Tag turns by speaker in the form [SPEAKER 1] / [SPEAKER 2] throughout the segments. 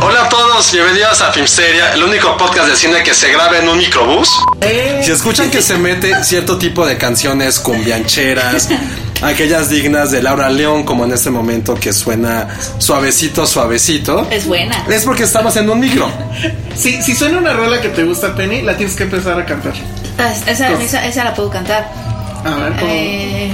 [SPEAKER 1] Hola a todos, bienvenidos a Filmsteria, el único podcast de cine que se graba en un microbús. Si escuchan que se mete cierto tipo de canciones cumbiancheras, aquellas dignas de Laura León, como en este momento que suena suavecito, suavecito,
[SPEAKER 2] Es buena.
[SPEAKER 1] es porque estamos en un micro.
[SPEAKER 3] Si, si suena una rola que te gusta, Penny, la tienes que empezar a cantar.
[SPEAKER 2] Ah, Esa, esa, esa la puedo cantar.
[SPEAKER 3] A ver, ¿cómo?
[SPEAKER 2] Eh,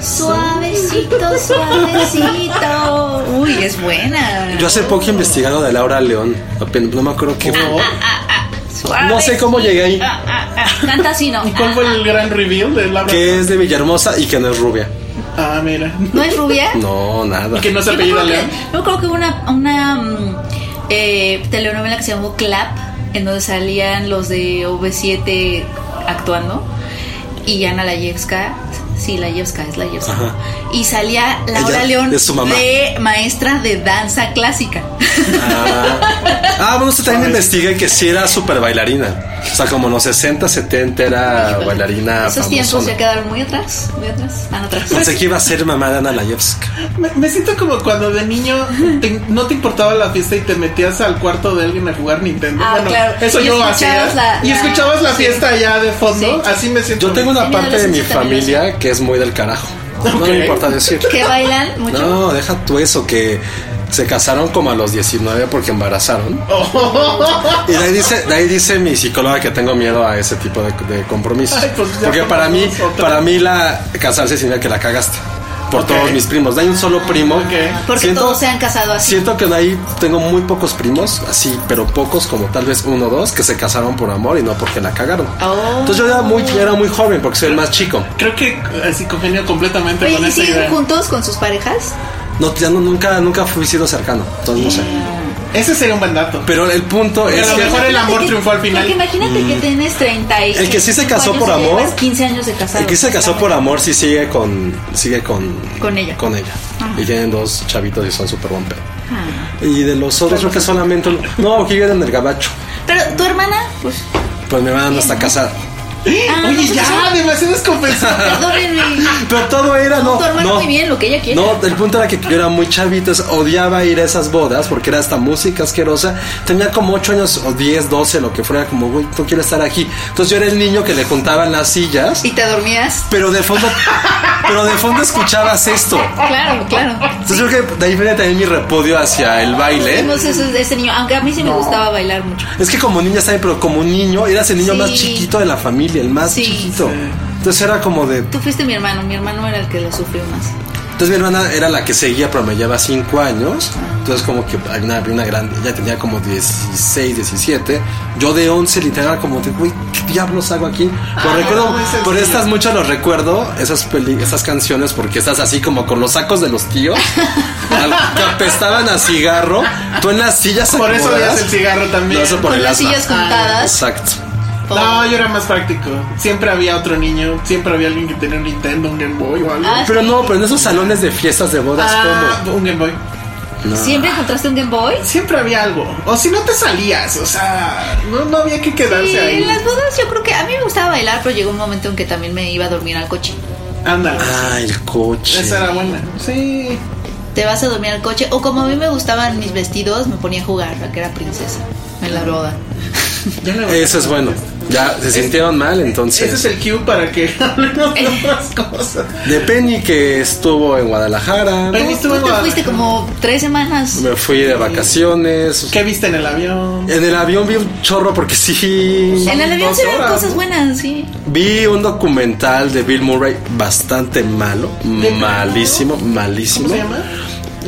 [SPEAKER 2] suavecito, suavecito. Uy, es buena.
[SPEAKER 1] Yo hace poco investigando de Laura León, apenas- no me acuerdo qué fue. No sé cómo llegué ahí,
[SPEAKER 2] Ah, ah, ah. Canta así, no.
[SPEAKER 3] ¿Y cuál fue el gran reveal de Laura?
[SPEAKER 1] que es de Villahermosa y que no es rubia.
[SPEAKER 3] Ah, mira.
[SPEAKER 2] ¿No es rubia?
[SPEAKER 1] No, nada.
[SPEAKER 3] Y que no se
[SPEAKER 2] Yo me
[SPEAKER 3] apellida
[SPEAKER 2] acuerdo que,
[SPEAKER 3] León.
[SPEAKER 2] yo creo que hubo una, una mm, eh, telenovela que se llamó Clap, en donde salían los de OV7 actuando. Y Ana Layevska, sí, Layevska es Layevska.
[SPEAKER 1] Ajá.
[SPEAKER 2] Y salía Laura
[SPEAKER 1] Ella
[SPEAKER 2] León
[SPEAKER 1] es su mamá.
[SPEAKER 2] de maestra de danza clásica.
[SPEAKER 1] Ah, bueno, usted también investigué que sí era súper bailarina. O sea, como en los 60, 70 era
[SPEAKER 2] Híjole.
[SPEAKER 1] bailarina
[SPEAKER 2] Esos tiempos
[SPEAKER 1] famosona.
[SPEAKER 2] ya quedaron muy atrás, muy atrás, tan atrás.
[SPEAKER 1] Pensé que iba a ser mamá de Ana Layevska.
[SPEAKER 3] Me, me siento como cuando de niño te- no te importaba la fiesta y te metías al cuarto de alguien a jugar Nintendo.
[SPEAKER 2] Ah,
[SPEAKER 3] bueno,
[SPEAKER 2] claro.
[SPEAKER 3] eso
[SPEAKER 2] Y
[SPEAKER 3] yo
[SPEAKER 2] escuchabas
[SPEAKER 3] hacía.
[SPEAKER 2] la-
[SPEAKER 3] y
[SPEAKER 2] la-
[SPEAKER 3] escuchabas la
[SPEAKER 2] sí.
[SPEAKER 3] fiesta allá de fondo.
[SPEAKER 2] Sí.
[SPEAKER 3] Así me siento.
[SPEAKER 1] Yo tengo una
[SPEAKER 2] En
[SPEAKER 1] parte de mi
[SPEAKER 2] adolescencia también lo
[SPEAKER 1] familia que es muy del carajo. No
[SPEAKER 3] Ok.
[SPEAKER 1] me importa decir.
[SPEAKER 2] ¿Que bailan mucho?
[SPEAKER 1] No, deja tú eso, que se casaron como a los 19 porque embarazaron.
[SPEAKER 3] Oh.
[SPEAKER 1] Y de ahí dice, de ahí dice mi psicóloga que tengo miedo a ese tipo de, de compromisos.
[SPEAKER 3] Ay, pues ya
[SPEAKER 1] porque para mí,
[SPEAKER 3] compramos otra.
[SPEAKER 1] para mí la casarse significa que la cagaste. Por
[SPEAKER 3] Ok.
[SPEAKER 1] todos mis primos. No hay un solo primo.
[SPEAKER 3] Ok.
[SPEAKER 2] Porque todos se han casado así.
[SPEAKER 1] Siento que de ahí tengo muy pocos primos, así, pero pocos, como tal vez uno o dos, que se casaron por amor y no porque la cagaron.
[SPEAKER 2] Oh.
[SPEAKER 1] Entonces yo era muy, era muy joven porque soy el más chico.
[SPEAKER 3] Creo que así congenio completamente
[SPEAKER 2] Oye,
[SPEAKER 3] con
[SPEAKER 2] ¿y
[SPEAKER 3] esa idea.
[SPEAKER 2] siguen juntos con sus parejas?
[SPEAKER 1] No, ya no- nunca, nunca fui sido cercano, entonces no sé.
[SPEAKER 3] Ese sería un buen dato.
[SPEAKER 1] Pero el punto es
[SPEAKER 3] a lo
[SPEAKER 1] que.
[SPEAKER 3] mejor el amor
[SPEAKER 2] Porque-
[SPEAKER 3] triunfó al final.
[SPEAKER 2] Porque imagínate que tienes 30 y
[SPEAKER 1] Mm. El que sí se casó
[SPEAKER 2] años
[SPEAKER 1] por
[SPEAKER 2] y
[SPEAKER 1] amor.
[SPEAKER 2] llevas 15 años de casado.
[SPEAKER 1] El que se casó por amor sí sigue con. sigue con.
[SPEAKER 2] Con ella.
[SPEAKER 1] Con ella.
[SPEAKER 2] Ajá.
[SPEAKER 1] Y tienen dos chavitos y son súper buen pedo.
[SPEAKER 2] Ah.
[SPEAKER 1] Y de los otros creo que solamente. uno- No, porque viven en el gabacho.
[SPEAKER 2] Pero tu hermana, pues,
[SPEAKER 1] Pues mi hermana no está casada.
[SPEAKER 2] Ah,
[SPEAKER 3] Oye,
[SPEAKER 2] no,
[SPEAKER 3] ya, demasiadas confesiones.
[SPEAKER 2] perdónenme.
[SPEAKER 1] Pero todo era, no.
[SPEAKER 2] tu hermana
[SPEAKER 1] no.
[SPEAKER 2] muy bien, lo que ella quiere.
[SPEAKER 1] No, el punto era que yo era muy chavito, es- odiaba ir a esas bodas porque era esta música asquerosa. Tenía como 8 años o 10, 12, lo que fuera, como, güey, no quiero estar aquí. Entonces yo era el niño que le juntaban las sillas,
[SPEAKER 2] Y te dormías.
[SPEAKER 1] pero de fondo, pero de fondo escuchabas esto.
[SPEAKER 2] Claro, claro.
[SPEAKER 1] Entonces creo que de ahí viene también mi repudio hacia el baile.
[SPEAKER 2] Fuimos esos de ese niño, aunque a mí sí me gustaba bailar mucho.
[SPEAKER 1] Es que como niña también, pero como niño, eras el niño
[SPEAKER 2] Sí.
[SPEAKER 1] más chiquito de la familia, el más
[SPEAKER 2] Sí.
[SPEAKER 1] chiquito. Entonces era como de.
[SPEAKER 2] Tú fuiste mi hermano, mi hermano era el que lo sufrió más.
[SPEAKER 1] Entonces mi hermana era la que seguía, pero me llevaba 5 años. Entonces como que había una, había una grande, ella tenía como 16, 17. Yo de 11 literal como de, güey, ¿qué diablos hago aquí?
[SPEAKER 3] Ah,
[SPEAKER 1] Por, recuerdo,
[SPEAKER 3] muy sencillo.
[SPEAKER 1] por estas muchas los recuerdo, esas, peli- esas canciones, porque estás así como con los sacos de los tíos, al- que apestaban a cigarro, tú en las sillas
[SPEAKER 3] Por eso
[SPEAKER 1] acomodadas.
[SPEAKER 3] veías el cigarro también.
[SPEAKER 1] No, eso por
[SPEAKER 2] Con
[SPEAKER 1] el
[SPEAKER 2] las
[SPEAKER 1] asma.
[SPEAKER 2] sillas juntadas.
[SPEAKER 1] Exacto.
[SPEAKER 3] No, yo era más práctico. Siempre había otro niño, siempre había alguien que tenía un Nintendo, un Game Boy o algo.
[SPEAKER 2] Ah,
[SPEAKER 1] Pero no, pero en esos salones de fiestas de bodas,
[SPEAKER 3] Ah, un Game Boy.
[SPEAKER 1] ¿cómo? No.
[SPEAKER 2] ¿Siempre encontraste un Game Boy?
[SPEAKER 3] Siempre había algo. O si no te salías, o sea, no, no había que quedarse
[SPEAKER 2] Sí,
[SPEAKER 3] ahí.
[SPEAKER 2] en las bodas yo creo que a mí me gustaba bailar, pero llegó un momento en que también me iba a dormir al coche.
[SPEAKER 3] Ándale.
[SPEAKER 1] Ah, el coche.
[SPEAKER 3] Esa era buena. Sí.
[SPEAKER 2] Te vas a dormir al coche. O como a mí me gustaban mis vestidos, me ponía a jugar, la que era princesa, en la boda.
[SPEAKER 3] Ya la-
[SPEAKER 1] Eso es bueno. Ya se sintieron mal,
[SPEAKER 3] Ese es
[SPEAKER 1] entonces.
[SPEAKER 3] el cue para que hablemos de otras cosas.
[SPEAKER 1] De Penny que estuvo en Guadalajara.
[SPEAKER 3] Penny
[SPEAKER 2] Tú
[SPEAKER 3] estuvo en
[SPEAKER 2] te fuiste
[SPEAKER 3] Guadalajara.
[SPEAKER 2] como tres semanas.
[SPEAKER 1] Me fui de vacaciones.
[SPEAKER 3] ¿Qué viste en el avión?
[SPEAKER 1] En el avión vi un chorro porque sí.
[SPEAKER 2] En el avión
[SPEAKER 3] dos
[SPEAKER 2] se ven
[SPEAKER 3] horas,
[SPEAKER 2] cosas
[SPEAKER 3] ¿no?
[SPEAKER 2] buenas, sí.
[SPEAKER 1] Vi un documental de Bill Murray bastante malo. Malísimo, malísimo.
[SPEAKER 3] ¿Cómo se llama?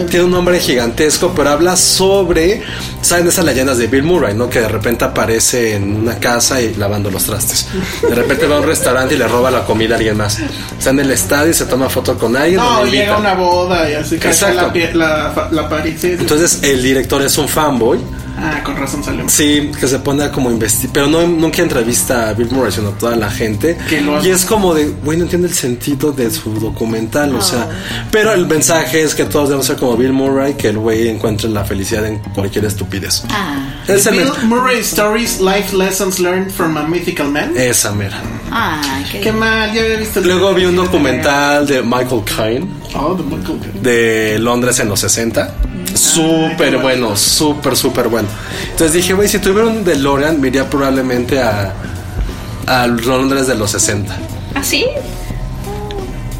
[SPEAKER 1] Tiene un nombre gigantesco, pero habla sobre, ¿saben esas leyendas de Bill Murray, no? Que de repente aparece en una casa y lavando los trastes. De repente va a un restaurante y le roba la comida a alguien más. Está en el estadio y se toma foto con alguien.
[SPEAKER 3] No,
[SPEAKER 1] lo invitan.
[SPEAKER 3] llega una boda y así que
[SPEAKER 1] Exacto.
[SPEAKER 3] la, pie- la, fa- la París. sí, sí.
[SPEAKER 1] Entonces el director es un fanboy,
[SPEAKER 3] ah, con razón salió.
[SPEAKER 1] sí, que se pone a como investigar, pero no nunca entrevista a Bill Murray, sino a toda la gente.
[SPEAKER 3] Que lo-
[SPEAKER 1] Y es como de, güey, no entiendo el sentido de su documental, o sea, pero el mensaje es que todos debemos ser como Bill Murray, que el güey encuentre la felicidad en cualquier estupidez.
[SPEAKER 2] Ah,
[SPEAKER 1] Es el
[SPEAKER 3] Bill
[SPEAKER 1] mes-
[SPEAKER 3] Murray Stories Life Lessons Learned from a Mythical Man.
[SPEAKER 1] Esa mera.
[SPEAKER 2] ah,
[SPEAKER 3] Qué mal, ya había visto. el-
[SPEAKER 1] Luego vi un documental de Michael Caine
[SPEAKER 3] Oh, The Michael Caine.
[SPEAKER 1] de Londres en los 60. Súper bueno, súper, súper bueno. Entonces dije, güey, si tuviera un DeLorean, me iría probablemente a, a Londres de los 60.
[SPEAKER 2] ¿Así? ¿Ah,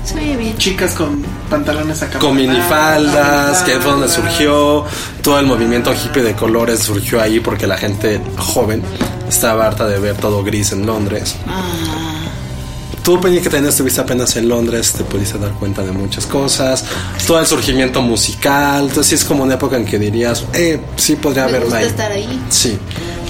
[SPEAKER 2] Se oye bien.
[SPEAKER 3] Chicas con pantalones acá. Ah,
[SPEAKER 1] Con minifaldas, que fue donde surgió todo el movimiento hippie de colores, surgió ahí porque la gente joven estaba harta de ver todo gris en Londres.
[SPEAKER 2] Ah.
[SPEAKER 1] Tú, Penny, que también estuviste apenas en Londres, te pudiste dar cuenta de muchas cosas. Todo el surgimiento musical. Entonces, sí es como una época en que dirías, eh, sí podría
[SPEAKER 2] Me
[SPEAKER 1] haberme
[SPEAKER 2] gusta
[SPEAKER 1] ahí.
[SPEAKER 2] estar ahí.
[SPEAKER 1] Sí.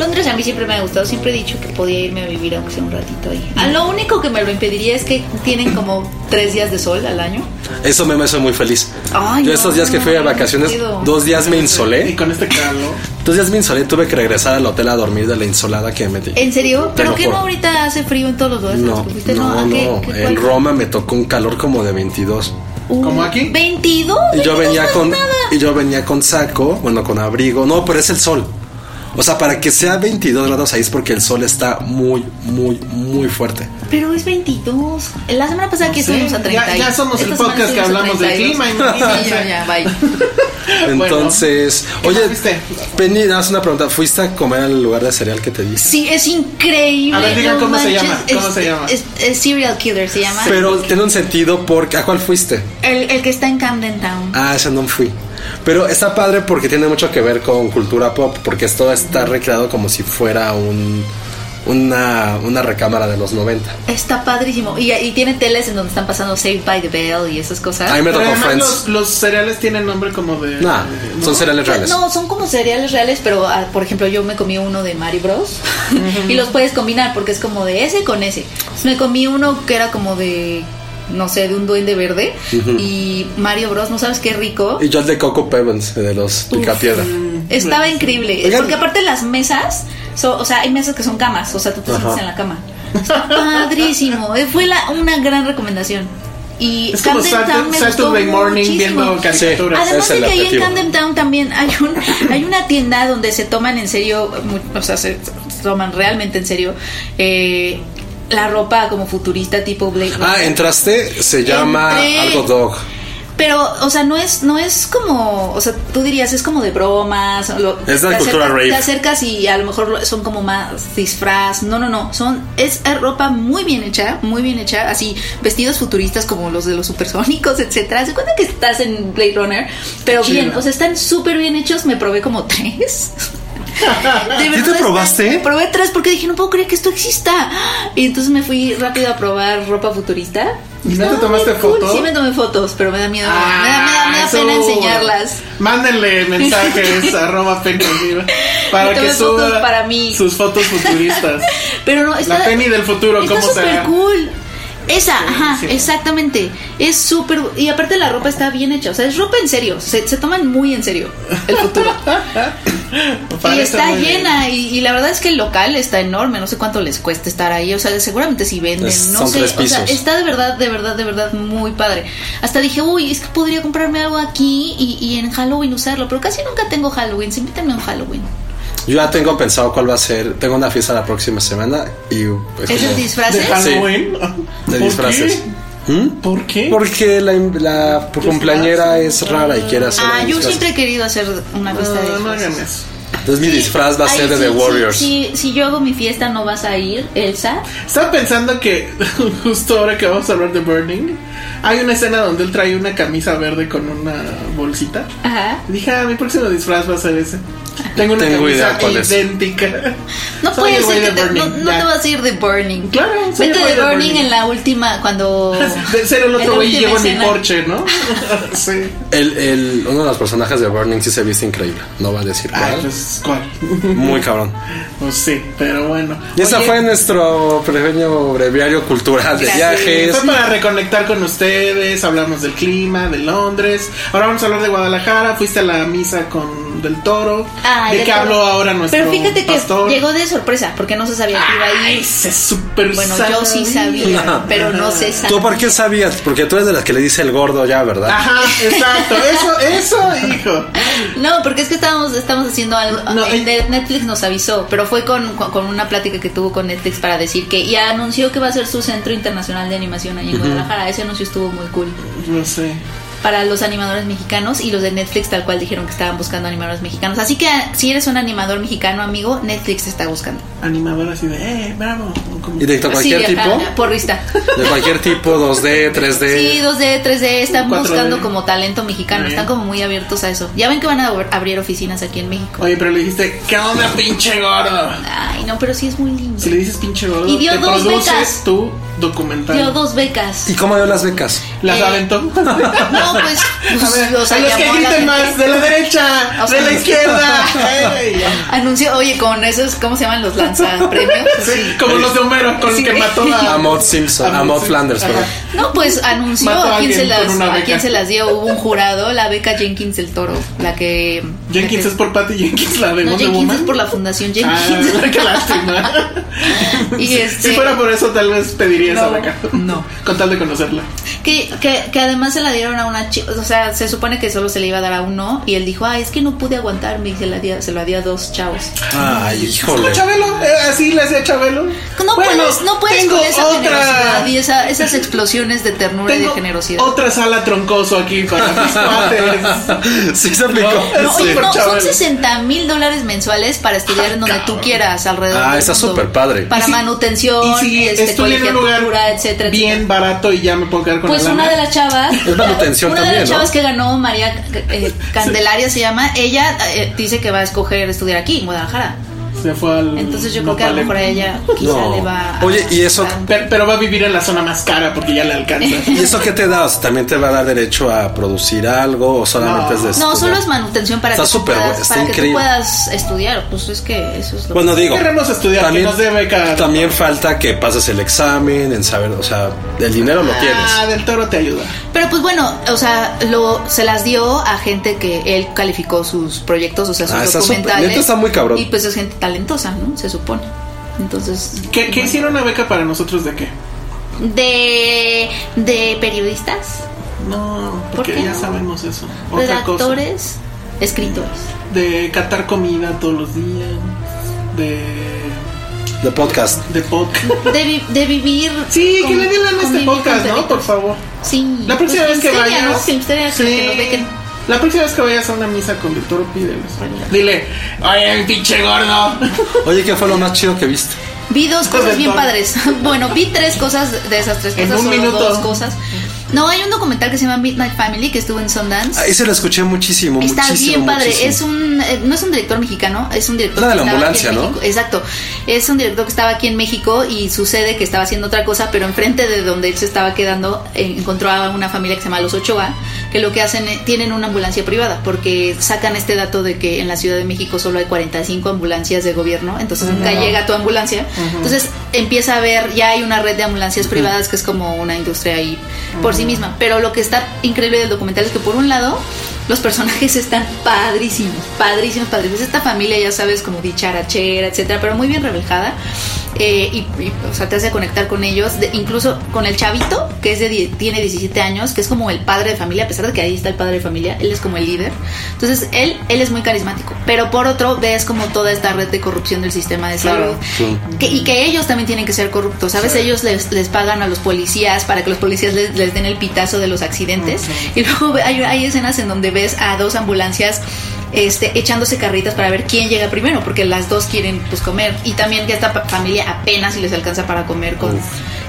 [SPEAKER 2] Londres a mí siempre me ha gustado, siempre he dicho que podía irme a vivir aunque sea un ratito ahí. Ah, lo único que me lo impediría es que tienen como tres días de sol al año.
[SPEAKER 1] Eso me, me hizo muy feliz.
[SPEAKER 2] Ay,
[SPEAKER 1] Yo
[SPEAKER 2] no,
[SPEAKER 1] estos días que
[SPEAKER 2] no,
[SPEAKER 1] fui de
[SPEAKER 2] no,
[SPEAKER 1] vacaciones,
[SPEAKER 2] divertido.
[SPEAKER 1] dos días me
[SPEAKER 3] Y
[SPEAKER 1] insolé.
[SPEAKER 3] con este calor.
[SPEAKER 1] Dos días me insolé, tuve que regresar al hotel a dormir de la insolada que me metí.
[SPEAKER 2] ¿En serio?
[SPEAKER 1] Te
[SPEAKER 2] ¿Pero
[SPEAKER 1] lo
[SPEAKER 2] qué
[SPEAKER 1] juro.
[SPEAKER 2] no ahorita hace frío en todos los lugares? a los
[SPEAKER 1] No,
[SPEAKER 2] que fuiste?
[SPEAKER 1] no,
[SPEAKER 2] ¿A qué-
[SPEAKER 1] no.
[SPEAKER 2] qué-
[SPEAKER 1] En
[SPEAKER 2] cuál?
[SPEAKER 1] Roma me tocó un calor como de 22.
[SPEAKER 2] Uh,
[SPEAKER 3] ¿Como aquí?
[SPEAKER 2] 22.
[SPEAKER 1] Y yo
[SPEAKER 2] 22 no
[SPEAKER 1] venía
[SPEAKER 2] es
[SPEAKER 1] con
[SPEAKER 2] nada.
[SPEAKER 1] y yo venía con saco, bueno, con abrigo. No, pero es el sol. O sea, para que sea 22 grados ahí es porque el sol está muy, muy, muy fuerte.
[SPEAKER 2] Pero es 22. La semana pasada que
[SPEAKER 3] Sí,
[SPEAKER 2] estuvimos a 30.
[SPEAKER 3] ya- ya somos el
[SPEAKER 2] Esta semana
[SPEAKER 3] podcast que
[SPEAKER 2] estuvimos a
[SPEAKER 3] hablamos del
[SPEAKER 2] 32.
[SPEAKER 3] clima, imagínate.
[SPEAKER 2] Sí, ya, ya, bye.
[SPEAKER 1] Entonces,
[SPEAKER 3] ¿qué
[SPEAKER 1] oye,
[SPEAKER 3] más viste?
[SPEAKER 1] Penny, nada más una pregunta. ¿Fuiste a comer al lugar de cereal que te diste?
[SPEAKER 2] Sí, es increíble.
[SPEAKER 3] A ver, digan
[SPEAKER 2] no
[SPEAKER 3] cómo se
[SPEAKER 2] manches,
[SPEAKER 3] llama, cómo
[SPEAKER 2] es-
[SPEAKER 3] se llama.
[SPEAKER 2] es- es serial Killer se llama.
[SPEAKER 1] Pero tiene un sentido porque... ¿A cuál fuiste?
[SPEAKER 2] El, el que está en Camden Town.
[SPEAKER 1] Ah, ese no fui. Pero está padre porque tiene mucho que ver con cultura pop, porque esto está recreado como si fuera un, una, una recámara de los 90.
[SPEAKER 2] Está padrísimo. Y, y tiene teles en donde están pasando Saved by the Bell y esas cosas.
[SPEAKER 1] Ahí me
[SPEAKER 3] Pero
[SPEAKER 1] tocó
[SPEAKER 3] además
[SPEAKER 1] Friends.
[SPEAKER 3] los, los cereales tienen nombre como de.
[SPEAKER 1] Nah,
[SPEAKER 3] de-
[SPEAKER 1] son cereales
[SPEAKER 2] Pues,
[SPEAKER 1] reales.
[SPEAKER 2] No, son como cereales reales, pero ah, por ejemplo yo me comí uno de Mario Bros. y los puedes combinar porque es como de ese con ese. Entonces, me comí uno que era como de, no sé, de un duende verde. Y Mario Bros, no sabes qué rico.
[SPEAKER 1] Y yo el de Coco Pebbles, de los Picapiedra.
[SPEAKER 2] Estaba increíble.
[SPEAKER 1] Oigan.
[SPEAKER 2] Porque aparte las mesas, so- o sea, hay mesas que son camas, o sea, tú te sientas
[SPEAKER 1] Ajá.
[SPEAKER 2] en la cama. Está Padrísimo. Eh, Fue la- una gran recomendación. Y
[SPEAKER 3] Es como
[SPEAKER 2] Camden Town
[SPEAKER 3] Saturday,
[SPEAKER 2] me
[SPEAKER 3] Saturday
[SPEAKER 2] gustó
[SPEAKER 3] morning
[SPEAKER 2] muchísimo.
[SPEAKER 3] viendo caricaturas.
[SPEAKER 2] Además
[SPEAKER 1] Es
[SPEAKER 2] de
[SPEAKER 1] el
[SPEAKER 2] que ahí en
[SPEAKER 1] objetivo.
[SPEAKER 2] Camden Town también hay, un, hay una tienda donde se toman en serio, mu- o sea, se se toman realmente en serio eh, la ropa como futurista tipo Blake.
[SPEAKER 1] Ah,
[SPEAKER 2] Runner.
[SPEAKER 1] entraste, se llama
[SPEAKER 2] Entré.
[SPEAKER 1] algo dog.
[SPEAKER 2] Pero, o sea, no es, no es como, o sea, tú dirías es como de bromas. o lo-
[SPEAKER 1] Es la
[SPEAKER 2] te
[SPEAKER 1] cultura
[SPEAKER 2] acercas-
[SPEAKER 1] rave.
[SPEAKER 2] Te acercas y a lo mejor lo- son como más disfraz. No, no, no. Son, es ropa muy bien hecha, muy bien hecha. Así, vestidos futuristas como los de los supersónicos, etcétera. Se cuenta que estás en Blade Runner, pero bien, o sea, están súper bien hechos. Me probé como tres. De
[SPEAKER 1] ¿Sí te
[SPEAKER 2] verdad,
[SPEAKER 1] probaste?
[SPEAKER 2] están- Probé tres porque dije, no puedo creer que esto exista. Y entonces me fui rápido a probar ropa futurista.
[SPEAKER 3] ¿Y no te
[SPEAKER 2] Está
[SPEAKER 3] tomaste
[SPEAKER 2] muy cool.
[SPEAKER 3] foto?
[SPEAKER 2] Sí me tomé fotos, pero me da miedo.
[SPEAKER 3] Ah,
[SPEAKER 2] me da, me da- me da
[SPEAKER 3] eso.
[SPEAKER 2] pena enseñarlas.
[SPEAKER 3] Mándenle mensajes arroba Penny Oliva, para
[SPEAKER 2] Y
[SPEAKER 3] que
[SPEAKER 2] tome fotos
[SPEAKER 3] suba
[SPEAKER 2] para mí.
[SPEAKER 3] sus fotos futuristas.
[SPEAKER 2] Pero no, está,
[SPEAKER 3] La Penny del futuro,
[SPEAKER 2] está
[SPEAKER 3] ¿cómo
[SPEAKER 2] súper
[SPEAKER 3] será?
[SPEAKER 2] cool. Esa, ajá,
[SPEAKER 3] sí.
[SPEAKER 2] exactamente. Es súper. Y aparte, la ropa está bien hecha. O sea, es ropa en serio. Se, se toman muy en serio el futuro. y
[SPEAKER 3] Parece
[SPEAKER 2] está
[SPEAKER 3] muy bien.
[SPEAKER 2] llena. Y, y la verdad es que el local está enorme. No sé cuánto les cuesta estar ahí. O sea, seguramente si venden.
[SPEAKER 1] Es-
[SPEAKER 2] no
[SPEAKER 1] son
[SPEAKER 2] sé.
[SPEAKER 1] tres
[SPEAKER 2] O sea,
[SPEAKER 1] pisos.
[SPEAKER 2] está de verdad, de verdad, de verdad muy padre. Hasta dije, uy, es que podría comprarme algo aquí y, y en Halloween usarlo. Pero casi nunca tengo Halloween. Sí, Invítenme a un Halloween.
[SPEAKER 1] Yo ya tengo pensado cuál va a ser. Tengo una fiesta la próxima semana y. pues,
[SPEAKER 2] ¿Es el
[SPEAKER 1] como-
[SPEAKER 2] disfraz?
[SPEAKER 3] ¿De Halloween?
[SPEAKER 1] De
[SPEAKER 3] ¿Por
[SPEAKER 1] disfraces.
[SPEAKER 3] qué?
[SPEAKER 1] ¿Mm?
[SPEAKER 3] ¿Por qué?
[SPEAKER 1] Porque la, la cumpleañera es rara y quiere hacer
[SPEAKER 2] Ah,
[SPEAKER 1] un
[SPEAKER 2] yo
[SPEAKER 1] disfraz.
[SPEAKER 2] siempre he querido hacer una
[SPEAKER 3] No,
[SPEAKER 2] fiesta de
[SPEAKER 3] no
[SPEAKER 2] disfraces.
[SPEAKER 3] hagan eso.
[SPEAKER 1] Entonces mi disfraz va a
[SPEAKER 2] Ay,
[SPEAKER 1] ser de
[SPEAKER 2] sí,
[SPEAKER 1] The
[SPEAKER 2] sí,
[SPEAKER 1] Warriors.
[SPEAKER 2] sí, si yo hago mi fiesta, ¿no vas a ir, Elsa?
[SPEAKER 3] Estaba pensando que justo ahora que vamos a hablar de Burning, hay una escena donde él trae una camisa verde con una bolsita.
[SPEAKER 2] Ajá.
[SPEAKER 3] Dije, ah, mi próximo disfraz va a ser ese. Tengo una
[SPEAKER 1] Tengo idea
[SPEAKER 3] camisa
[SPEAKER 1] cuál es.
[SPEAKER 3] idéntica.
[SPEAKER 2] No
[SPEAKER 3] Soy
[SPEAKER 2] puede
[SPEAKER 3] el güey
[SPEAKER 2] ser que
[SPEAKER 3] de
[SPEAKER 2] te, no,
[SPEAKER 3] Burning,
[SPEAKER 2] no
[SPEAKER 3] ya.
[SPEAKER 2] te vas a ir de Burning.
[SPEAKER 3] Claro, soy el
[SPEAKER 2] Vete
[SPEAKER 3] güey
[SPEAKER 2] de
[SPEAKER 3] de
[SPEAKER 2] Burning,
[SPEAKER 3] Burning.
[SPEAKER 2] en la última, cuando.
[SPEAKER 3] De ser el
[SPEAKER 2] en la
[SPEAKER 3] otro güey y
[SPEAKER 2] última
[SPEAKER 3] llevo mi
[SPEAKER 2] escena.
[SPEAKER 3] Porsche, ¿no? sí.
[SPEAKER 1] El, el- uno de los personajes de Burning sí se viste increíble. No va a decir
[SPEAKER 3] Ay,
[SPEAKER 1] cuál.
[SPEAKER 3] pues, ¿cuál?
[SPEAKER 1] Muy cabrón.
[SPEAKER 3] Pues sí, pero bueno.
[SPEAKER 1] Y ese
[SPEAKER 3] Oye, eh,
[SPEAKER 1] fue nuestro pequeño breviario cultural de
[SPEAKER 2] Gracias.
[SPEAKER 1] viajes.
[SPEAKER 3] Fue para reconectar con ustedes, hablamos del clima, de Londres. Ahora vamos a hablar de Guadalajara. Fuiste a la misa con Del Toro.
[SPEAKER 2] Ay,
[SPEAKER 3] ¿De
[SPEAKER 2] de
[SPEAKER 3] qué
[SPEAKER 2] todo.
[SPEAKER 3] habló ahora nuestro
[SPEAKER 2] Pero fíjate que
[SPEAKER 3] pastor?
[SPEAKER 2] llegó de sorpresa, porque no se sabía que iba a
[SPEAKER 3] Ay,
[SPEAKER 2] ir.
[SPEAKER 3] ese es súper
[SPEAKER 2] Bueno, yo sí sabía, pero no se sabía.
[SPEAKER 1] ¿Tú por qué sabías? Porque tú eres de las que le dice el gordo ya, ¿verdad?
[SPEAKER 3] Ajá, exacto. Eso, eso, hijo.
[SPEAKER 2] No, porque es que estábamos, estábamos haciendo algo.
[SPEAKER 3] No,
[SPEAKER 2] el
[SPEAKER 3] eh.
[SPEAKER 2] de Netflix nos avisó, pero fue con, con- con una plática que tuvo con Netflix para decir que. Y anunció que va a ser su centro internacional de animación allí en Guadalajara. Ese anuncio estuvo muy cool.
[SPEAKER 3] No sé.
[SPEAKER 2] para los animadores mexicanos y los de Netflix tal cual dijeron que estaban buscando animadores mexicanos. Así que si eres un animador mexicano, amigo, Netflix te está buscando.
[SPEAKER 3] Animador así de, eh, bravo. o como-
[SPEAKER 1] Y de cualquier
[SPEAKER 2] Sí, ajá,
[SPEAKER 1] tipo.
[SPEAKER 2] Porrista.
[SPEAKER 1] De cualquier tipo, 2D, 3D.
[SPEAKER 3] Eh,
[SPEAKER 2] Sí, 2D, 3D, están
[SPEAKER 3] 4D.
[SPEAKER 2] buscando como talento mexicano,
[SPEAKER 3] Bien.
[SPEAKER 2] están como muy abiertos a eso. Ya ven que van a ab- abrir oficinas aquí en México.
[SPEAKER 3] Oye, pero le dijiste, ¿qué onda, pinche gordo?
[SPEAKER 2] Ay, no, pero sí es muy lindo.
[SPEAKER 3] Si le dices pinche gordo,
[SPEAKER 2] Y dio
[SPEAKER 3] te
[SPEAKER 2] dos
[SPEAKER 3] produces
[SPEAKER 2] becas.
[SPEAKER 3] tu documental.
[SPEAKER 2] Dio dos becas.
[SPEAKER 1] ¿Y cómo dio las becas?
[SPEAKER 3] ¿Las
[SPEAKER 2] Eh,
[SPEAKER 3] aventó?
[SPEAKER 2] No, pues,
[SPEAKER 3] A ver,
[SPEAKER 2] o sea,
[SPEAKER 3] a los que
[SPEAKER 2] llamó a la
[SPEAKER 3] griten
[SPEAKER 2] gente.
[SPEAKER 3] más, de la derecha,
[SPEAKER 2] O sea,
[SPEAKER 3] de la izquierda. Ey.
[SPEAKER 2] Anunció, oye, con esos, ¿cómo se llaman los lanzapremios?
[SPEAKER 3] Sí, como los de Homero, con
[SPEAKER 2] Sí.
[SPEAKER 3] el que mató a...
[SPEAKER 1] A Maud Simpson, a Maud Flanders, perdón.
[SPEAKER 2] No, pues anunció
[SPEAKER 3] Mató a
[SPEAKER 2] a, quién se
[SPEAKER 3] alguien con
[SPEAKER 2] las,
[SPEAKER 3] una
[SPEAKER 2] a
[SPEAKER 3] beca.
[SPEAKER 2] quién se las dio. Hubo un jurado, la beca Jenkins del Toro, la que.
[SPEAKER 3] Jenkins
[SPEAKER 2] la
[SPEAKER 3] es
[SPEAKER 2] que-
[SPEAKER 3] por Patty Jenkins, la de
[SPEAKER 2] No,
[SPEAKER 3] Wonder
[SPEAKER 2] Jenkins
[SPEAKER 3] Woman.
[SPEAKER 2] es por la fundación Jenkins.
[SPEAKER 3] Ah, qué lástima.
[SPEAKER 2] y este,
[SPEAKER 3] Si fuera por eso, tal vez pedirías
[SPEAKER 2] No,
[SPEAKER 3] a la carta.
[SPEAKER 2] no.
[SPEAKER 3] Con tal de conocerla.
[SPEAKER 2] que, que, que además se la dieron a una chica. O sea, se supone que solo se le iba a dar a uno. Y él dijo, ah, es que no pude aguantarme. Y se la di a- se lo di a dos chavos.
[SPEAKER 1] Ay, híjole.
[SPEAKER 3] Chabelo, eh, así le hacía Chabelo.
[SPEAKER 2] No
[SPEAKER 3] Bueno,
[SPEAKER 2] puedes, no puedes
[SPEAKER 3] tengo
[SPEAKER 2] con esa
[SPEAKER 3] otra.
[SPEAKER 2] generosidad y esa- esas explosiones de ternura y de
[SPEAKER 3] Tengo
[SPEAKER 2] generosidad.
[SPEAKER 3] otra sala troncoso aquí para mis cuates.
[SPEAKER 1] Sí se aplicó.
[SPEAKER 3] No,
[SPEAKER 2] No,
[SPEAKER 3] Sí.
[SPEAKER 2] oye, no,
[SPEAKER 3] Chabelo.
[SPEAKER 2] son 60 mil dólares mensuales para estudiar en donde tú quieras alrededor.
[SPEAKER 1] Ah,
[SPEAKER 2] del
[SPEAKER 1] está
[SPEAKER 2] mundo.
[SPEAKER 1] súper padre.
[SPEAKER 2] Para
[SPEAKER 3] Ah, Y si-
[SPEAKER 2] manutención,
[SPEAKER 3] Y si
[SPEAKER 2] este,
[SPEAKER 3] estoy en un lugar
[SPEAKER 2] colegiatura, etcétera.
[SPEAKER 3] bien
[SPEAKER 2] etcétera.
[SPEAKER 3] barato y ya me puedo quedar con
[SPEAKER 2] Pues
[SPEAKER 3] la lana.
[SPEAKER 2] una de las chavas,
[SPEAKER 1] Es manutención
[SPEAKER 2] una de
[SPEAKER 1] también,
[SPEAKER 2] las
[SPEAKER 1] ¿no?
[SPEAKER 2] chavas que ganó María eh, Candelaria se llama, ella eh, dice que va a escoger estudiar aquí en Guadalajara.
[SPEAKER 3] Se fue al.
[SPEAKER 2] Entonces yo creo que a lo
[SPEAKER 3] Nopal.
[SPEAKER 2] mejor a ella quizá
[SPEAKER 1] No.
[SPEAKER 2] le va. a-
[SPEAKER 1] Oye, y eso-
[SPEAKER 2] a-
[SPEAKER 3] Pero, pero va a vivir en la zona más cara porque ya le alcanza.
[SPEAKER 1] ¿Y eso qué te da? O sea, ¿También te va a dar derecho a producir algo o solamente
[SPEAKER 3] No.
[SPEAKER 1] es de
[SPEAKER 2] No,
[SPEAKER 1] estudiar?
[SPEAKER 2] solo es manutención para
[SPEAKER 1] Está
[SPEAKER 2] que tú
[SPEAKER 1] súper
[SPEAKER 2] puedas,
[SPEAKER 1] bueno, está
[SPEAKER 2] para que tú
[SPEAKER 1] increíble.
[SPEAKER 2] puedas estudiar. Pues es que eso es lo
[SPEAKER 1] Bueno, digo.
[SPEAKER 3] Queremos estudiar, que nos dé beca.
[SPEAKER 1] También falta que pases el examen, en saber, o sea, el dinero lo
[SPEAKER 3] Ah,
[SPEAKER 1] tienes.
[SPEAKER 3] del toro te ayuda.
[SPEAKER 2] Pero pues bueno, o sea, lo, se las dio a gente que él calificó sus proyectos, o sea, sus
[SPEAKER 1] Ah, está súper-
[SPEAKER 2] documentales.
[SPEAKER 1] neta está muy cabrón.
[SPEAKER 2] Y pues es gente talentosa, ¿no? Se supone. Entonces.
[SPEAKER 3] ¿Qué, qué hicieron una beca para nosotros de qué?
[SPEAKER 2] De, de periodistas,
[SPEAKER 3] No,
[SPEAKER 2] ¿Por
[SPEAKER 3] porque
[SPEAKER 2] qué
[SPEAKER 3] ya
[SPEAKER 2] no?
[SPEAKER 3] sabemos eso. Otra cosa.
[SPEAKER 2] redactores, escritores.
[SPEAKER 3] De catar comida todos los días. De.
[SPEAKER 1] De podcast.
[SPEAKER 3] de podcast.
[SPEAKER 2] De, vi- de vivir.
[SPEAKER 3] Sí, que
[SPEAKER 2] con-
[SPEAKER 3] le den lana a este
[SPEAKER 2] convivir
[SPEAKER 3] podcast,
[SPEAKER 2] con
[SPEAKER 3] ¿no? Por
[SPEAKER 2] perritos.
[SPEAKER 3] favor.
[SPEAKER 2] Sí.
[SPEAKER 3] La próxima
[SPEAKER 2] Pues
[SPEAKER 3] vez que
[SPEAKER 2] Filmsteria,
[SPEAKER 3] vayas.
[SPEAKER 2] ¿no? Filmsteria, que nos bequen.
[SPEAKER 3] La próxima vez que vayas a una misa con el toro, pídeles. Dile, oye, pinche gordo.
[SPEAKER 1] Oye, ¿qué fue lo más chido que viste?
[SPEAKER 2] Vi dos cosas bien
[SPEAKER 3] Aventón.
[SPEAKER 2] padres. Bueno, vi tres cosas de esas tres
[SPEAKER 3] En
[SPEAKER 2] cosas.
[SPEAKER 3] un
[SPEAKER 2] solo
[SPEAKER 3] minuto.
[SPEAKER 2] dos cosas. No, hay un documental que se llama Midnight Family que estuvo en Sundance.
[SPEAKER 1] Ahí se lo escuché muchísimo,
[SPEAKER 2] Está
[SPEAKER 1] muchísimo.
[SPEAKER 2] bien padre.
[SPEAKER 1] muchísimo.
[SPEAKER 2] Es un, eh, no es un director mexicano, es un director.
[SPEAKER 1] Es la de
[SPEAKER 2] que
[SPEAKER 1] la
[SPEAKER 2] estaba aquí en
[SPEAKER 1] ambulancia, ¿no?
[SPEAKER 2] México. Exacto. Es un director que estaba aquí en México y sucede que estaba haciendo otra cosa, pero enfrente de donde él se estaba quedando eh, encontró a una familia que se llama Los Ochoa, que lo que hacen es, tienen una ambulancia privada, porque sacan este dato de que en la Ciudad de México solo hay 45 ambulancias de gobierno, entonces nunca llega tu ambulancia. Entonces empieza a ver, ya hay una red de ambulancias privadas que es como una industria ahí por sí misma. Pero lo que está increíble del documental es que por un lado los personajes están padrísimos, padrísimos, padrísimos. Esta familia, ya sabes, como dicharachera, etcétera, pero muy bien reflejada. eh, y, y, o sea, te hace conectar con ellos, de- incluso con el chavito, que es de, die- tiene 17 años, que es como el padre de familia, a pesar de que ahí está el padre de familia, él es como el líder. Entonces, él, él es muy carismático, pero por otro, ves como toda esta red de corrupción del sistema de salud,
[SPEAKER 3] Claro,
[SPEAKER 2] que- y que ellos también tienen que ser corruptos, ¿sabes? Ellos les, les pagan a los policías para que los policías les, les den el pitazo de los accidentes, y luego ve- hay, hay escenas en donde ves a dos ambulancias este, echándose carritas para ver quién llega primero, porque las dos quieren pues comer. Y también que esta pa- familia apenas si les alcanza para comer con.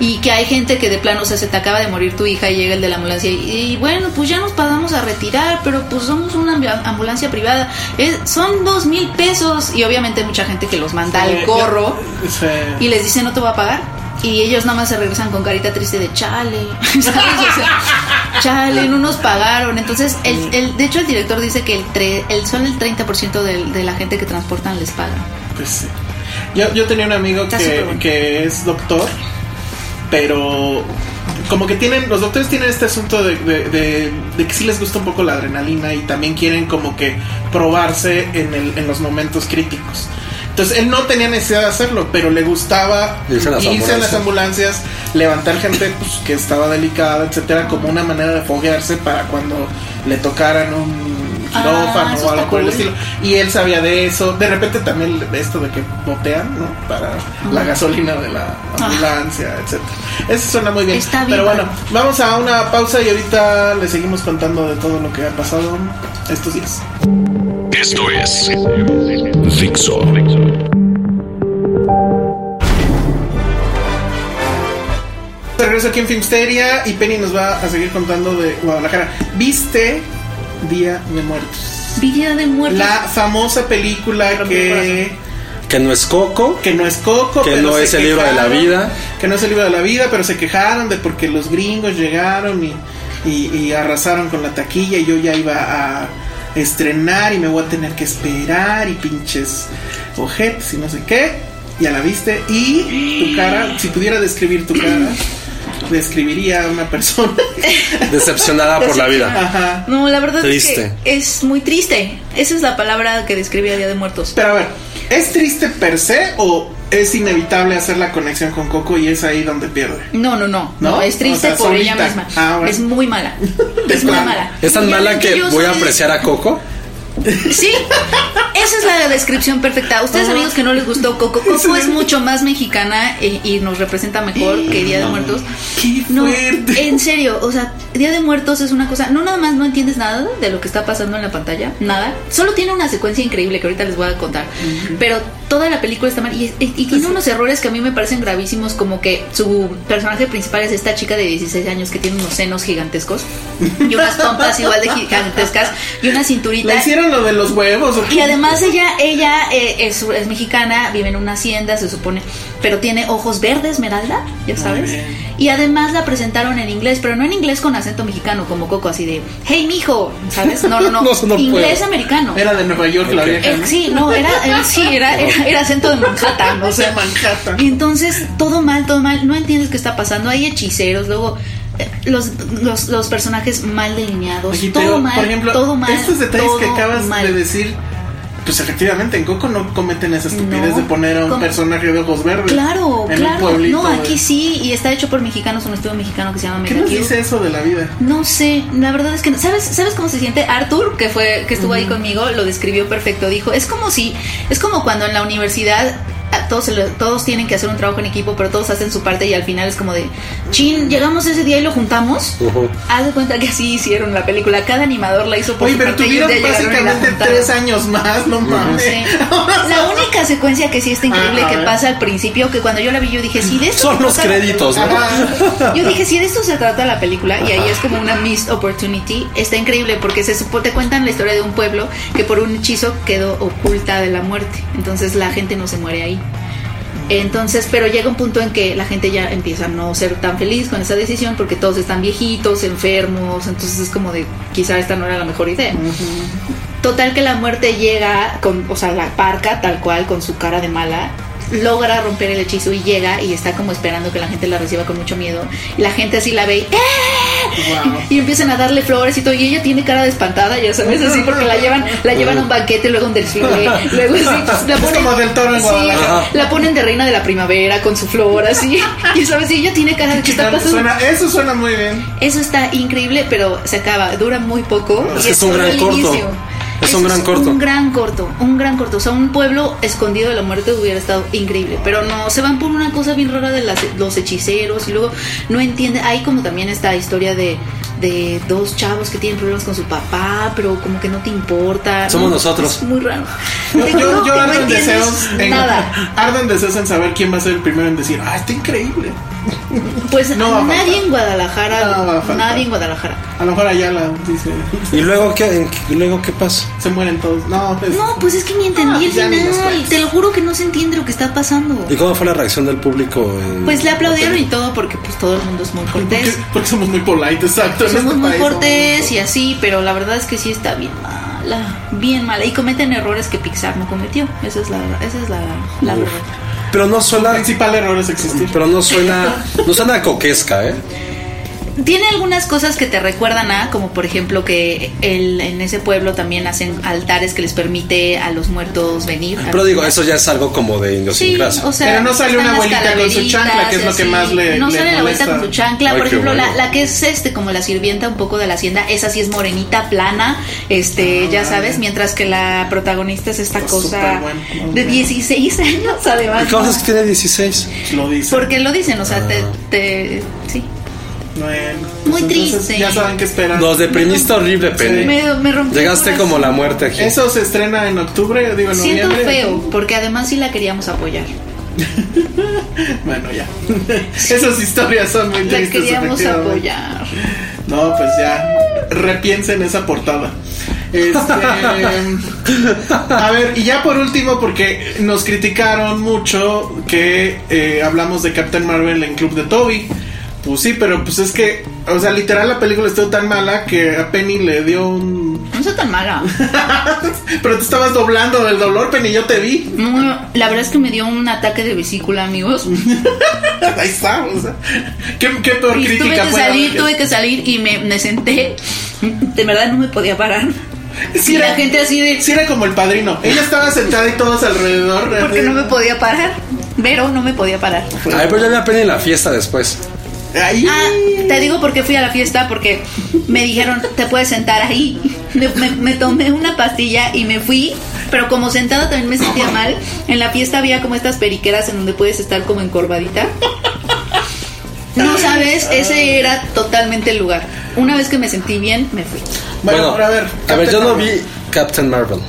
[SPEAKER 2] Y que hay gente que de plano, o sea, se te acaba de morir tu hija y llega el de la ambulancia y, y, bueno, pues ya nos pagamos a retirar, pero pues somos una ambu- ambulancia privada. Es- son dos mil pesos y obviamente hay mucha gente que los manda al
[SPEAKER 3] Eh,
[SPEAKER 2] corro
[SPEAKER 3] Sí.
[SPEAKER 2] y les dice no te voy a pagar y ellos nada más se regresan con carita triste de chale ¿sabes? O sea, chale no nos pagaron entonces el, el- de hecho el director dice que el, tre- el solo el 30% de, de la gente que transportan les paga
[SPEAKER 3] Pues sí. Yo, yo tenía un amigo
[SPEAKER 2] Está
[SPEAKER 3] que,
[SPEAKER 2] súper bueno.
[SPEAKER 3] que es doctor, pero como que tienen, los doctores tienen este asunto de, de- de- de que sí les gusta un poco la adrenalina y también quieren como que probarse en, el- en los momentos críticos. Entonces él no tenía necesidad de hacerlo, pero le gustaba
[SPEAKER 1] Irse a las
[SPEAKER 3] a las
[SPEAKER 1] ambulancias.
[SPEAKER 3] ambulancias, levantar gente pues, que estaba delicada, etcétera, como una manera de foguearse para cuando le tocaran un
[SPEAKER 2] Ah,
[SPEAKER 3] quirófano
[SPEAKER 2] eso
[SPEAKER 3] o algo
[SPEAKER 2] está
[SPEAKER 3] por el
[SPEAKER 2] cool.
[SPEAKER 3] estilo. Y él sabía de eso. De repente también de esto de que botean, ¿no? Para la gasolina de la ambulancia, etcétera. Eso suena muy bien.
[SPEAKER 2] Ah. Está bien,
[SPEAKER 3] Pero bueno,
[SPEAKER 2] padre.
[SPEAKER 3] vamos a una pausa y ahorita le seguimos contando de todo lo que ha pasado estos días.
[SPEAKER 4] Esto es Dixo.
[SPEAKER 3] De regreso aquí en Filmsteria y Penny nos va a seguir contando de Guadalajara. ¿Viste Día de Muertos?
[SPEAKER 2] vida de muerte
[SPEAKER 3] La famosa película que,
[SPEAKER 1] Que no es Coco.
[SPEAKER 3] que no es Coco,
[SPEAKER 1] Que
[SPEAKER 3] pero
[SPEAKER 1] no
[SPEAKER 3] se
[SPEAKER 1] es el libro de la
[SPEAKER 3] quejaron,
[SPEAKER 1] vida.
[SPEAKER 3] Que no es el libro de la vida, pero se quejaron de porque los gringos llegaron y, y- y arrasaron con la taquilla y yo ya iba a estrenar y me voy a tener que esperar y pinches ojetes y no sé qué. Ya la viste y tu cara, si pudiera describir tu cara, describiría a una persona.
[SPEAKER 1] Decepcionada por la vida.
[SPEAKER 3] Ajá.
[SPEAKER 2] no la verdad
[SPEAKER 1] Triste.
[SPEAKER 2] es que es muy triste esa es la palabra que describe a Día de Muertos
[SPEAKER 3] Pero a ver, ¿es triste per se o es inevitable hacer la conexión con Coco y es ahí donde pierde?
[SPEAKER 2] no, no, no, no,
[SPEAKER 3] ¿No?
[SPEAKER 2] es triste
[SPEAKER 3] O sea,
[SPEAKER 2] por ella
[SPEAKER 3] solita.
[SPEAKER 2] misma.
[SPEAKER 3] Ah, bueno.
[SPEAKER 2] Es muy mala. Es muy
[SPEAKER 3] plano.
[SPEAKER 2] mala.
[SPEAKER 1] Es tan
[SPEAKER 2] Y
[SPEAKER 1] mala
[SPEAKER 2] obviamente
[SPEAKER 1] que
[SPEAKER 2] yo
[SPEAKER 1] voy a
[SPEAKER 2] soy-
[SPEAKER 1] apreciar a Coco.
[SPEAKER 2] Sí, esa es la descripción perfecta. Ustedes amigos que no les gustó Coco, Coco es mucho más mexicana eh, y, nos representa mejor que Día de Muertos.
[SPEAKER 3] Qué
[SPEAKER 2] No,
[SPEAKER 3] fuerte.
[SPEAKER 2] en serio, o sea, Día de Muertos es una cosa, no nada más no entiendes nada de lo que está pasando en la pantalla, nada. Solo tiene una secuencia increíble que ahorita les voy a contar, pero toda la película está mal y, y- y tiene unos errores que a mí me parecen gravísimos, como que su personaje principal es esta chica de 16 años que tiene unos senos gigantescos y unas pompas igual de gigantescas y una cinturita
[SPEAKER 3] ¿Le hicieron lo de los huevos o
[SPEAKER 2] y
[SPEAKER 3] qué?
[SPEAKER 2] además ella ella eh, es, es mexicana, vive en una hacienda, se supone, pero tiene ojos verdes, esmeralda, ya sabes. Y además la presentaron en inglés, pero no en inglés con acento mexicano, como Coco, así de, hey, mijo, ¿sabes? No, no, no,
[SPEAKER 1] No, eso no
[SPEAKER 2] inglés
[SPEAKER 1] puedo.
[SPEAKER 2] americano.
[SPEAKER 3] Era de Nueva York la
[SPEAKER 1] Ok.
[SPEAKER 3] vieja.
[SPEAKER 2] Eh,
[SPEAKER 3] ¿no?
[SPEAKER 2] sí, no, era, eh, sí, era, era, era acento de Manhattan, no
[SPEAKER 3] O
[SPEAKER 2] sé.
[SPEAKER 3] sea, Manhattan.
[SPEAKER 2] Y entonces todo mal, todo mal, no entiendes qué está pasando, hay hechiceros, luego eh, los, los, los personajes mal delineados,
[SPEAKER 3] Oye,
[SPEAKER 2] todo
[SPEAKER 3] pero,
[SPEAKER 2] mal,
[SPEAKER 3] por ejemplo,
[SPEAKER 2] todo mal.
[SPEAKER 3] estos detalles que
[SPEAKER 2] todo
[SPEAKER 3] acabas
[SPEAKER 2] mal.
[SPEAKER 3] de decir, pues efectivamente en Coco no cometen esa estupidez
[SPEAKER 2] No.
[SPEAKER 3] de poner a un
[SPEAKER 2] Com-
[SPEAKER 3] personaje de ojos verdes.
[SPEAKER 2] Claro,
[SPEAKER 3] en Un
[SPEAKER 2] claro.
[SPEAKER 3] pueblito
[SPEAKER 2] No, aquí
[SPEAKER 3] de-
[SPEAKER 2] sí, y está hecho por mexicanos, un estudio mexicano que se llama
[SPEAKER 3] ¿Qué nos
[SPEAKER 2] Megacube.
[SPEAKER 3] dice eso de la vida?
[SPEAKER 2] No sé, la verdad es que no. ¿Sabes, ¿Sabes cómo se siente? Arthur, que fue, que estuvo ahí conmigo, lo describió perfecto. Dijo, es como si, es como cuando en la universidad a todos, se lo- todos tienen que hacer un trabajo en equipo, pero todos hacen su parte y al final es como de, chin, llegamos ese día y lo juntamos.
[SPEAKER 1] Ujú.
[SPEAKER 2] Haz de cuenta que así hicieron la película. Cada animador la hizo por
[SPEAKER 3] Oye,
[SPEAKER 2] su
[SPEAKER 3] pero
[SPEAKER 2] parte y un
[SPEAKER 3] tuvieron
[SPEAKER 2] día llegaron y la
[SPEAKER 3] básicamente
[SPEAKER 2] juntaron.
[SPEAKER 3] tres años más, no mames.
[SPEAKER 2] Sí. La única secuencia que sí está increíble
[SPEAKER 3] Ah, a
[SPEAKER 2] que
[SPEAKER 3] ver.
[SPEAKER 2] pasa al principio, que cuando yo la vi yo dije, sí, de esto
[SPEAKER 1] Son
[SPEAKER 2] se
[SPEAKER 1] los
[SPEAKER 2] trata la
[SPEAKER 1] créditos,
[SPEAKER 3] Ah,
[SPEAKER 1] ¿no?
[SPEAKER 2] película". Yo dije, sí, de esto se trata la película y ahí es como una missed opportunity. Está increíble porque se supo, te cuentan la historia de un pueblo que por un hechizo quedó oculta de la muerte. Entonces la gente no se muere ahí. Entonces, pero llega un punto en que la gente ya empieza a no ser tan feliz con esa decisión porque todos están viejitos, enfermos, entonces es como de quizá esta no era la mejor idea. Total que la muerte llega con, o sea, la parca tal cual con su cara de mala logra romper el hechizo y llega y está como esperando que la gente la reciba con mucho miedo y la gente así la ve y, ¡eh!
[SPEAKER 3] Wow.
[SPEAKER 2] Y empiezan a darle flores y todo. Y ella tiene cara de espantada, ya sabes, así, porque la llevan, la llevan a un banquete, luego a un desfile, luego así, pues, la
[SPEAKER 3] Es
[SPEAKER 2] ponen.
[SPEAKER 3] como del Toro en
[SPEAKER 2] sí,
[SPEAKER 3] Guadalajara.
[SPEAKER 2] la ponen de reina de la primavera con su flor, así. Y sabes, y ella tiene cara de que está pasando.
[SPEAKER 3] Suena- eso suena muy bien.
[SPEAKER 2] Eso está increíble, pero se acaba, dura muy poco.
[SPEAKER 1] Es
[SPEAKER 2] y
[SPEAKER 1] que es un
[SPEAKER 2] solo
[SPEAKER 1] gran
[SPEAKER 2] el
[SPEAKER 1] corto.
[SPEAKER 2] inicio.
[SPEAKER 1] Es
[SPEAKER 2] Eso
[SPEAKER 1] un gran corto.
[SPEAKER 2] Un gran corto, un gran corto. O sea, un pueblo escondido de la muerte hubiera estado increíble. Pero no, se van por una cosa bien rara de las, los hechiceros y luego no entiende. Hay como también esta historia de, de dos chavos que tienen problemas con su papá, pero como que no te importa.
[SPEAKER 1] Somos
[SPEAKER 2] No,
[SPEAKER 1] nosotros.
[SPEAKER 2] Es muy raro.
[SPEAKER 3] Yo,
[SPEAKER 2] Te
[SPEAKER 3] yo,
[SPEAKER 2] juro
[SPEAKER 3] yo
[SPEAKER 2] que
[SPEAKER 3] ardo
[SPEAKER 2] no
[SPEAKER 3] en
[SPEAKER 2] entiendes
[SPEAKER 3] deseos en,
[SPEAKER 2] nada.
[SPEAKER 3] ardo en deseos en saber quién va a ser el primero en decir, ah, está increíble.
[SPEAKER 2] Pues
[SPEAKER 3] No va a
[SPEAKER 2] nadie
[SPEAKER 3] faltar.
[SPEAKER 2] en Guadalajara,
[SPEAKER 3] No va a faltar.
[SPEAKER 2] nadie en Guadalajara.
[SPEAKER 3] A lo mejor allá la dice,
[SPEAKER 1] ¿Y luego qué, en- y luego qué pasa?
[SPEAKER 3] se mueren todos. No, pues,
[SPEAKER 2] No, pues es que ni
[SPEAKER 3] Ah,
[SPEAKER 2] entendí el
[SPEAKER 3] ya ni nos
[SPEAKER 2] final.
[SPEAKER 3] cuentes.
[SPEAKER 2] Te lo juro que no se entiende lo que está pasando.
[SPEAKER 1] ¿Y cómo fue la reacción del público? en-
[SPEAKER 2] Pues le aplaudieron y todo porque pues todo el mundo pues, es muy
[SPEAKER 3] porque,
[SPEAKER 2] cortés. Pues
[SPEAKER 3] porque somos muy polite, exacto. en
[SPEAKER 2] Somos
[SPEAKER 3] este
[SPEAKER 2] muy
[SPEAKER 3] país
[SPEAKER 2] cortés y así, pero la verdad es que sí está bien mala, bien mala. Y cometen errores que Pixar no cometió. Esa es la, esa es la, la verdad.
[SPEAKER 1] Pero no
[SPEAKER 3] El
[SPEAKER 1] suena,
[SPEAKER 3] principal error es existir.
[SPEAKER 1] pero no suena, no suena a coquesca, ¿eh?
[SPEAKER 2] Tiene algunas cosas que te recuerdan a, como por ejemplo que el- en ese pueblo también hacen altares que les permite a los muertos venir.
[SPEAKER 1] Pero digo, eso ya es algo como de
[SPEAKER 2] Sí,
[SPEAKER 1] idiosincrasia.
[SPEAKER 2] o sea,
[SPEAKER 3] Pero no sale
[SPEAKER 2] están
[SPEAKER 3] una
[SPEAKER 2] las
[SPEAKER 3] abuelita con su chancla, que es lo que
[SPEAKER 2] calaveritas y así.
[SPEAKER 3] más le-
[SPEAKER 2] No
[SPEAKER 3] le
[SPEAKER 2] sale la abuelita
[SPEAKER 3] molesta.
[SPEAKER 2] con su chancla,
[SPEAKER 1] Ay,
[SPEAKER 2] por
[SPEAKER 1] qué
[SPEAKER 2] ejemplo, la,
[SPEAKER 1] bueno.
[SPEAKER 2] la que es este como la sirvienta un poco de la hacienda, esa sí es morenita, plana, este,
[SPEAKER 3] Ah,
[SPEAKER 2] ya sabes, mientras que la protagonista es esta
[SPEAKER 3] Está
[SPEAKER 2] cosa
[SPEAKER 3] superbueno, ¿no?
[SPEAKER 2] de 16 años además.
[SPEAKER 1] ¿Y qué
[SPEAKER 2] ¿no?
[SPEAKER 1] pasa es que tiene 16?
[SPEAKER 3] Pues Lo dice.
[SPEAKER 2] Porque lo dicen, o sea,
[SPEAKER 1] Ah.
[SPEAKER 2] te, te- sí.
[SPEAKER 3] Bueno,
[SPEAKER 2] Muy
[SPEAKER 3] entonces
[SPEAKER 2] triste.
[SPEAKER 3] Ya saben qué esperar.
[SPEAKER 1] Nos deprimiste horrible, Penny.
[SPEAKER 2] Me, me rompió el
[SPEAKER 1] Llegaste como la
[SPEAKER 2] corazón.
[SPEAKER 1] muerte aquí.
[SPEAKER 3] Eso se estrena en octubre, digo en
[SPEAKER 2] Siento
[SPEAKER 3] noviembre.
[SPEAKER 2] feo, porque además sí la queríamos apoyar.
[SPEAKER 3] Bueno, ya. Esas historias son muy
[SPEAKER 2] La
[SPEAKER 3] tristes.
[SPEAKER 2] queríamos
[SPEAKER 3] efectivamente.
[SPEAKER 2] apoyar.
[SPEAKER 3] No, pues ya. Repiensen esa portada. Este, a ver, y ya por último, porque nos criticaron mucho que eh, hablamos de Captain Marvel en Club de Toby. Pues sí, pero pues es que, o sea, literal la película estuvo tan mala que a Penny le dio un...
[SPEAKER 2] No soy tan mala.
[SPEAKER 3] pero te estabas doblando del dolor, Penny, yo te vi.
[SPEAKER 2] No, la verdad es que me dio un ataque de vesícula, amigos.
[SPEAKER 3] Ahí está, o sea, ¿qué, qué peor
[SPEAKER 2] Y tuve
[SPEAKER 3] crítica
[SPEAKER 2] que
[SPEAKER 3] puede
[SPEAKER 2] salir,
[SPEAKER 3] haber?
[SPEAKER 2] tuve que salir y me, me senté. De verdad no me podía parar.
[SPEAKER 3] Sí
[SPEAKER 2] y
[SPEAKER 3] era-
[SPEAKER 2] la gente así de.
[SPEAKER 3] Sí era como el padrino. Ella estaba sentada y todos alrededor.
[SPEAKER 2] Porque no me podía parar. Vero no me podía parar.
[SPEAKER 1] Ay, pero ya había Penny en la fiesta después.
[SPEAKER 3] Ahí.
[SPEAKER 2] Ah, te digo por qué fui a la fiesta, porque me dijeron, te puedes sentar ahí. Me, me- me tomé una pastilla y me fui, pero como sentada también me sentía mal. En la fiesta había como estas periqueras en donde puedes estar como encorvadita. No sabes, ese era totalmente el lugar. Una vez que me sentí bien, me fui.
[SPEAKER 3] Bueno, pero a ver.
[SPEAKER 1] a ver,
[SPEAKER 3] Captain
[SPEAKER 1] yo no vi
[SPEAKER 3] Marvel.
[SPEAKER 1] Captain Marvel.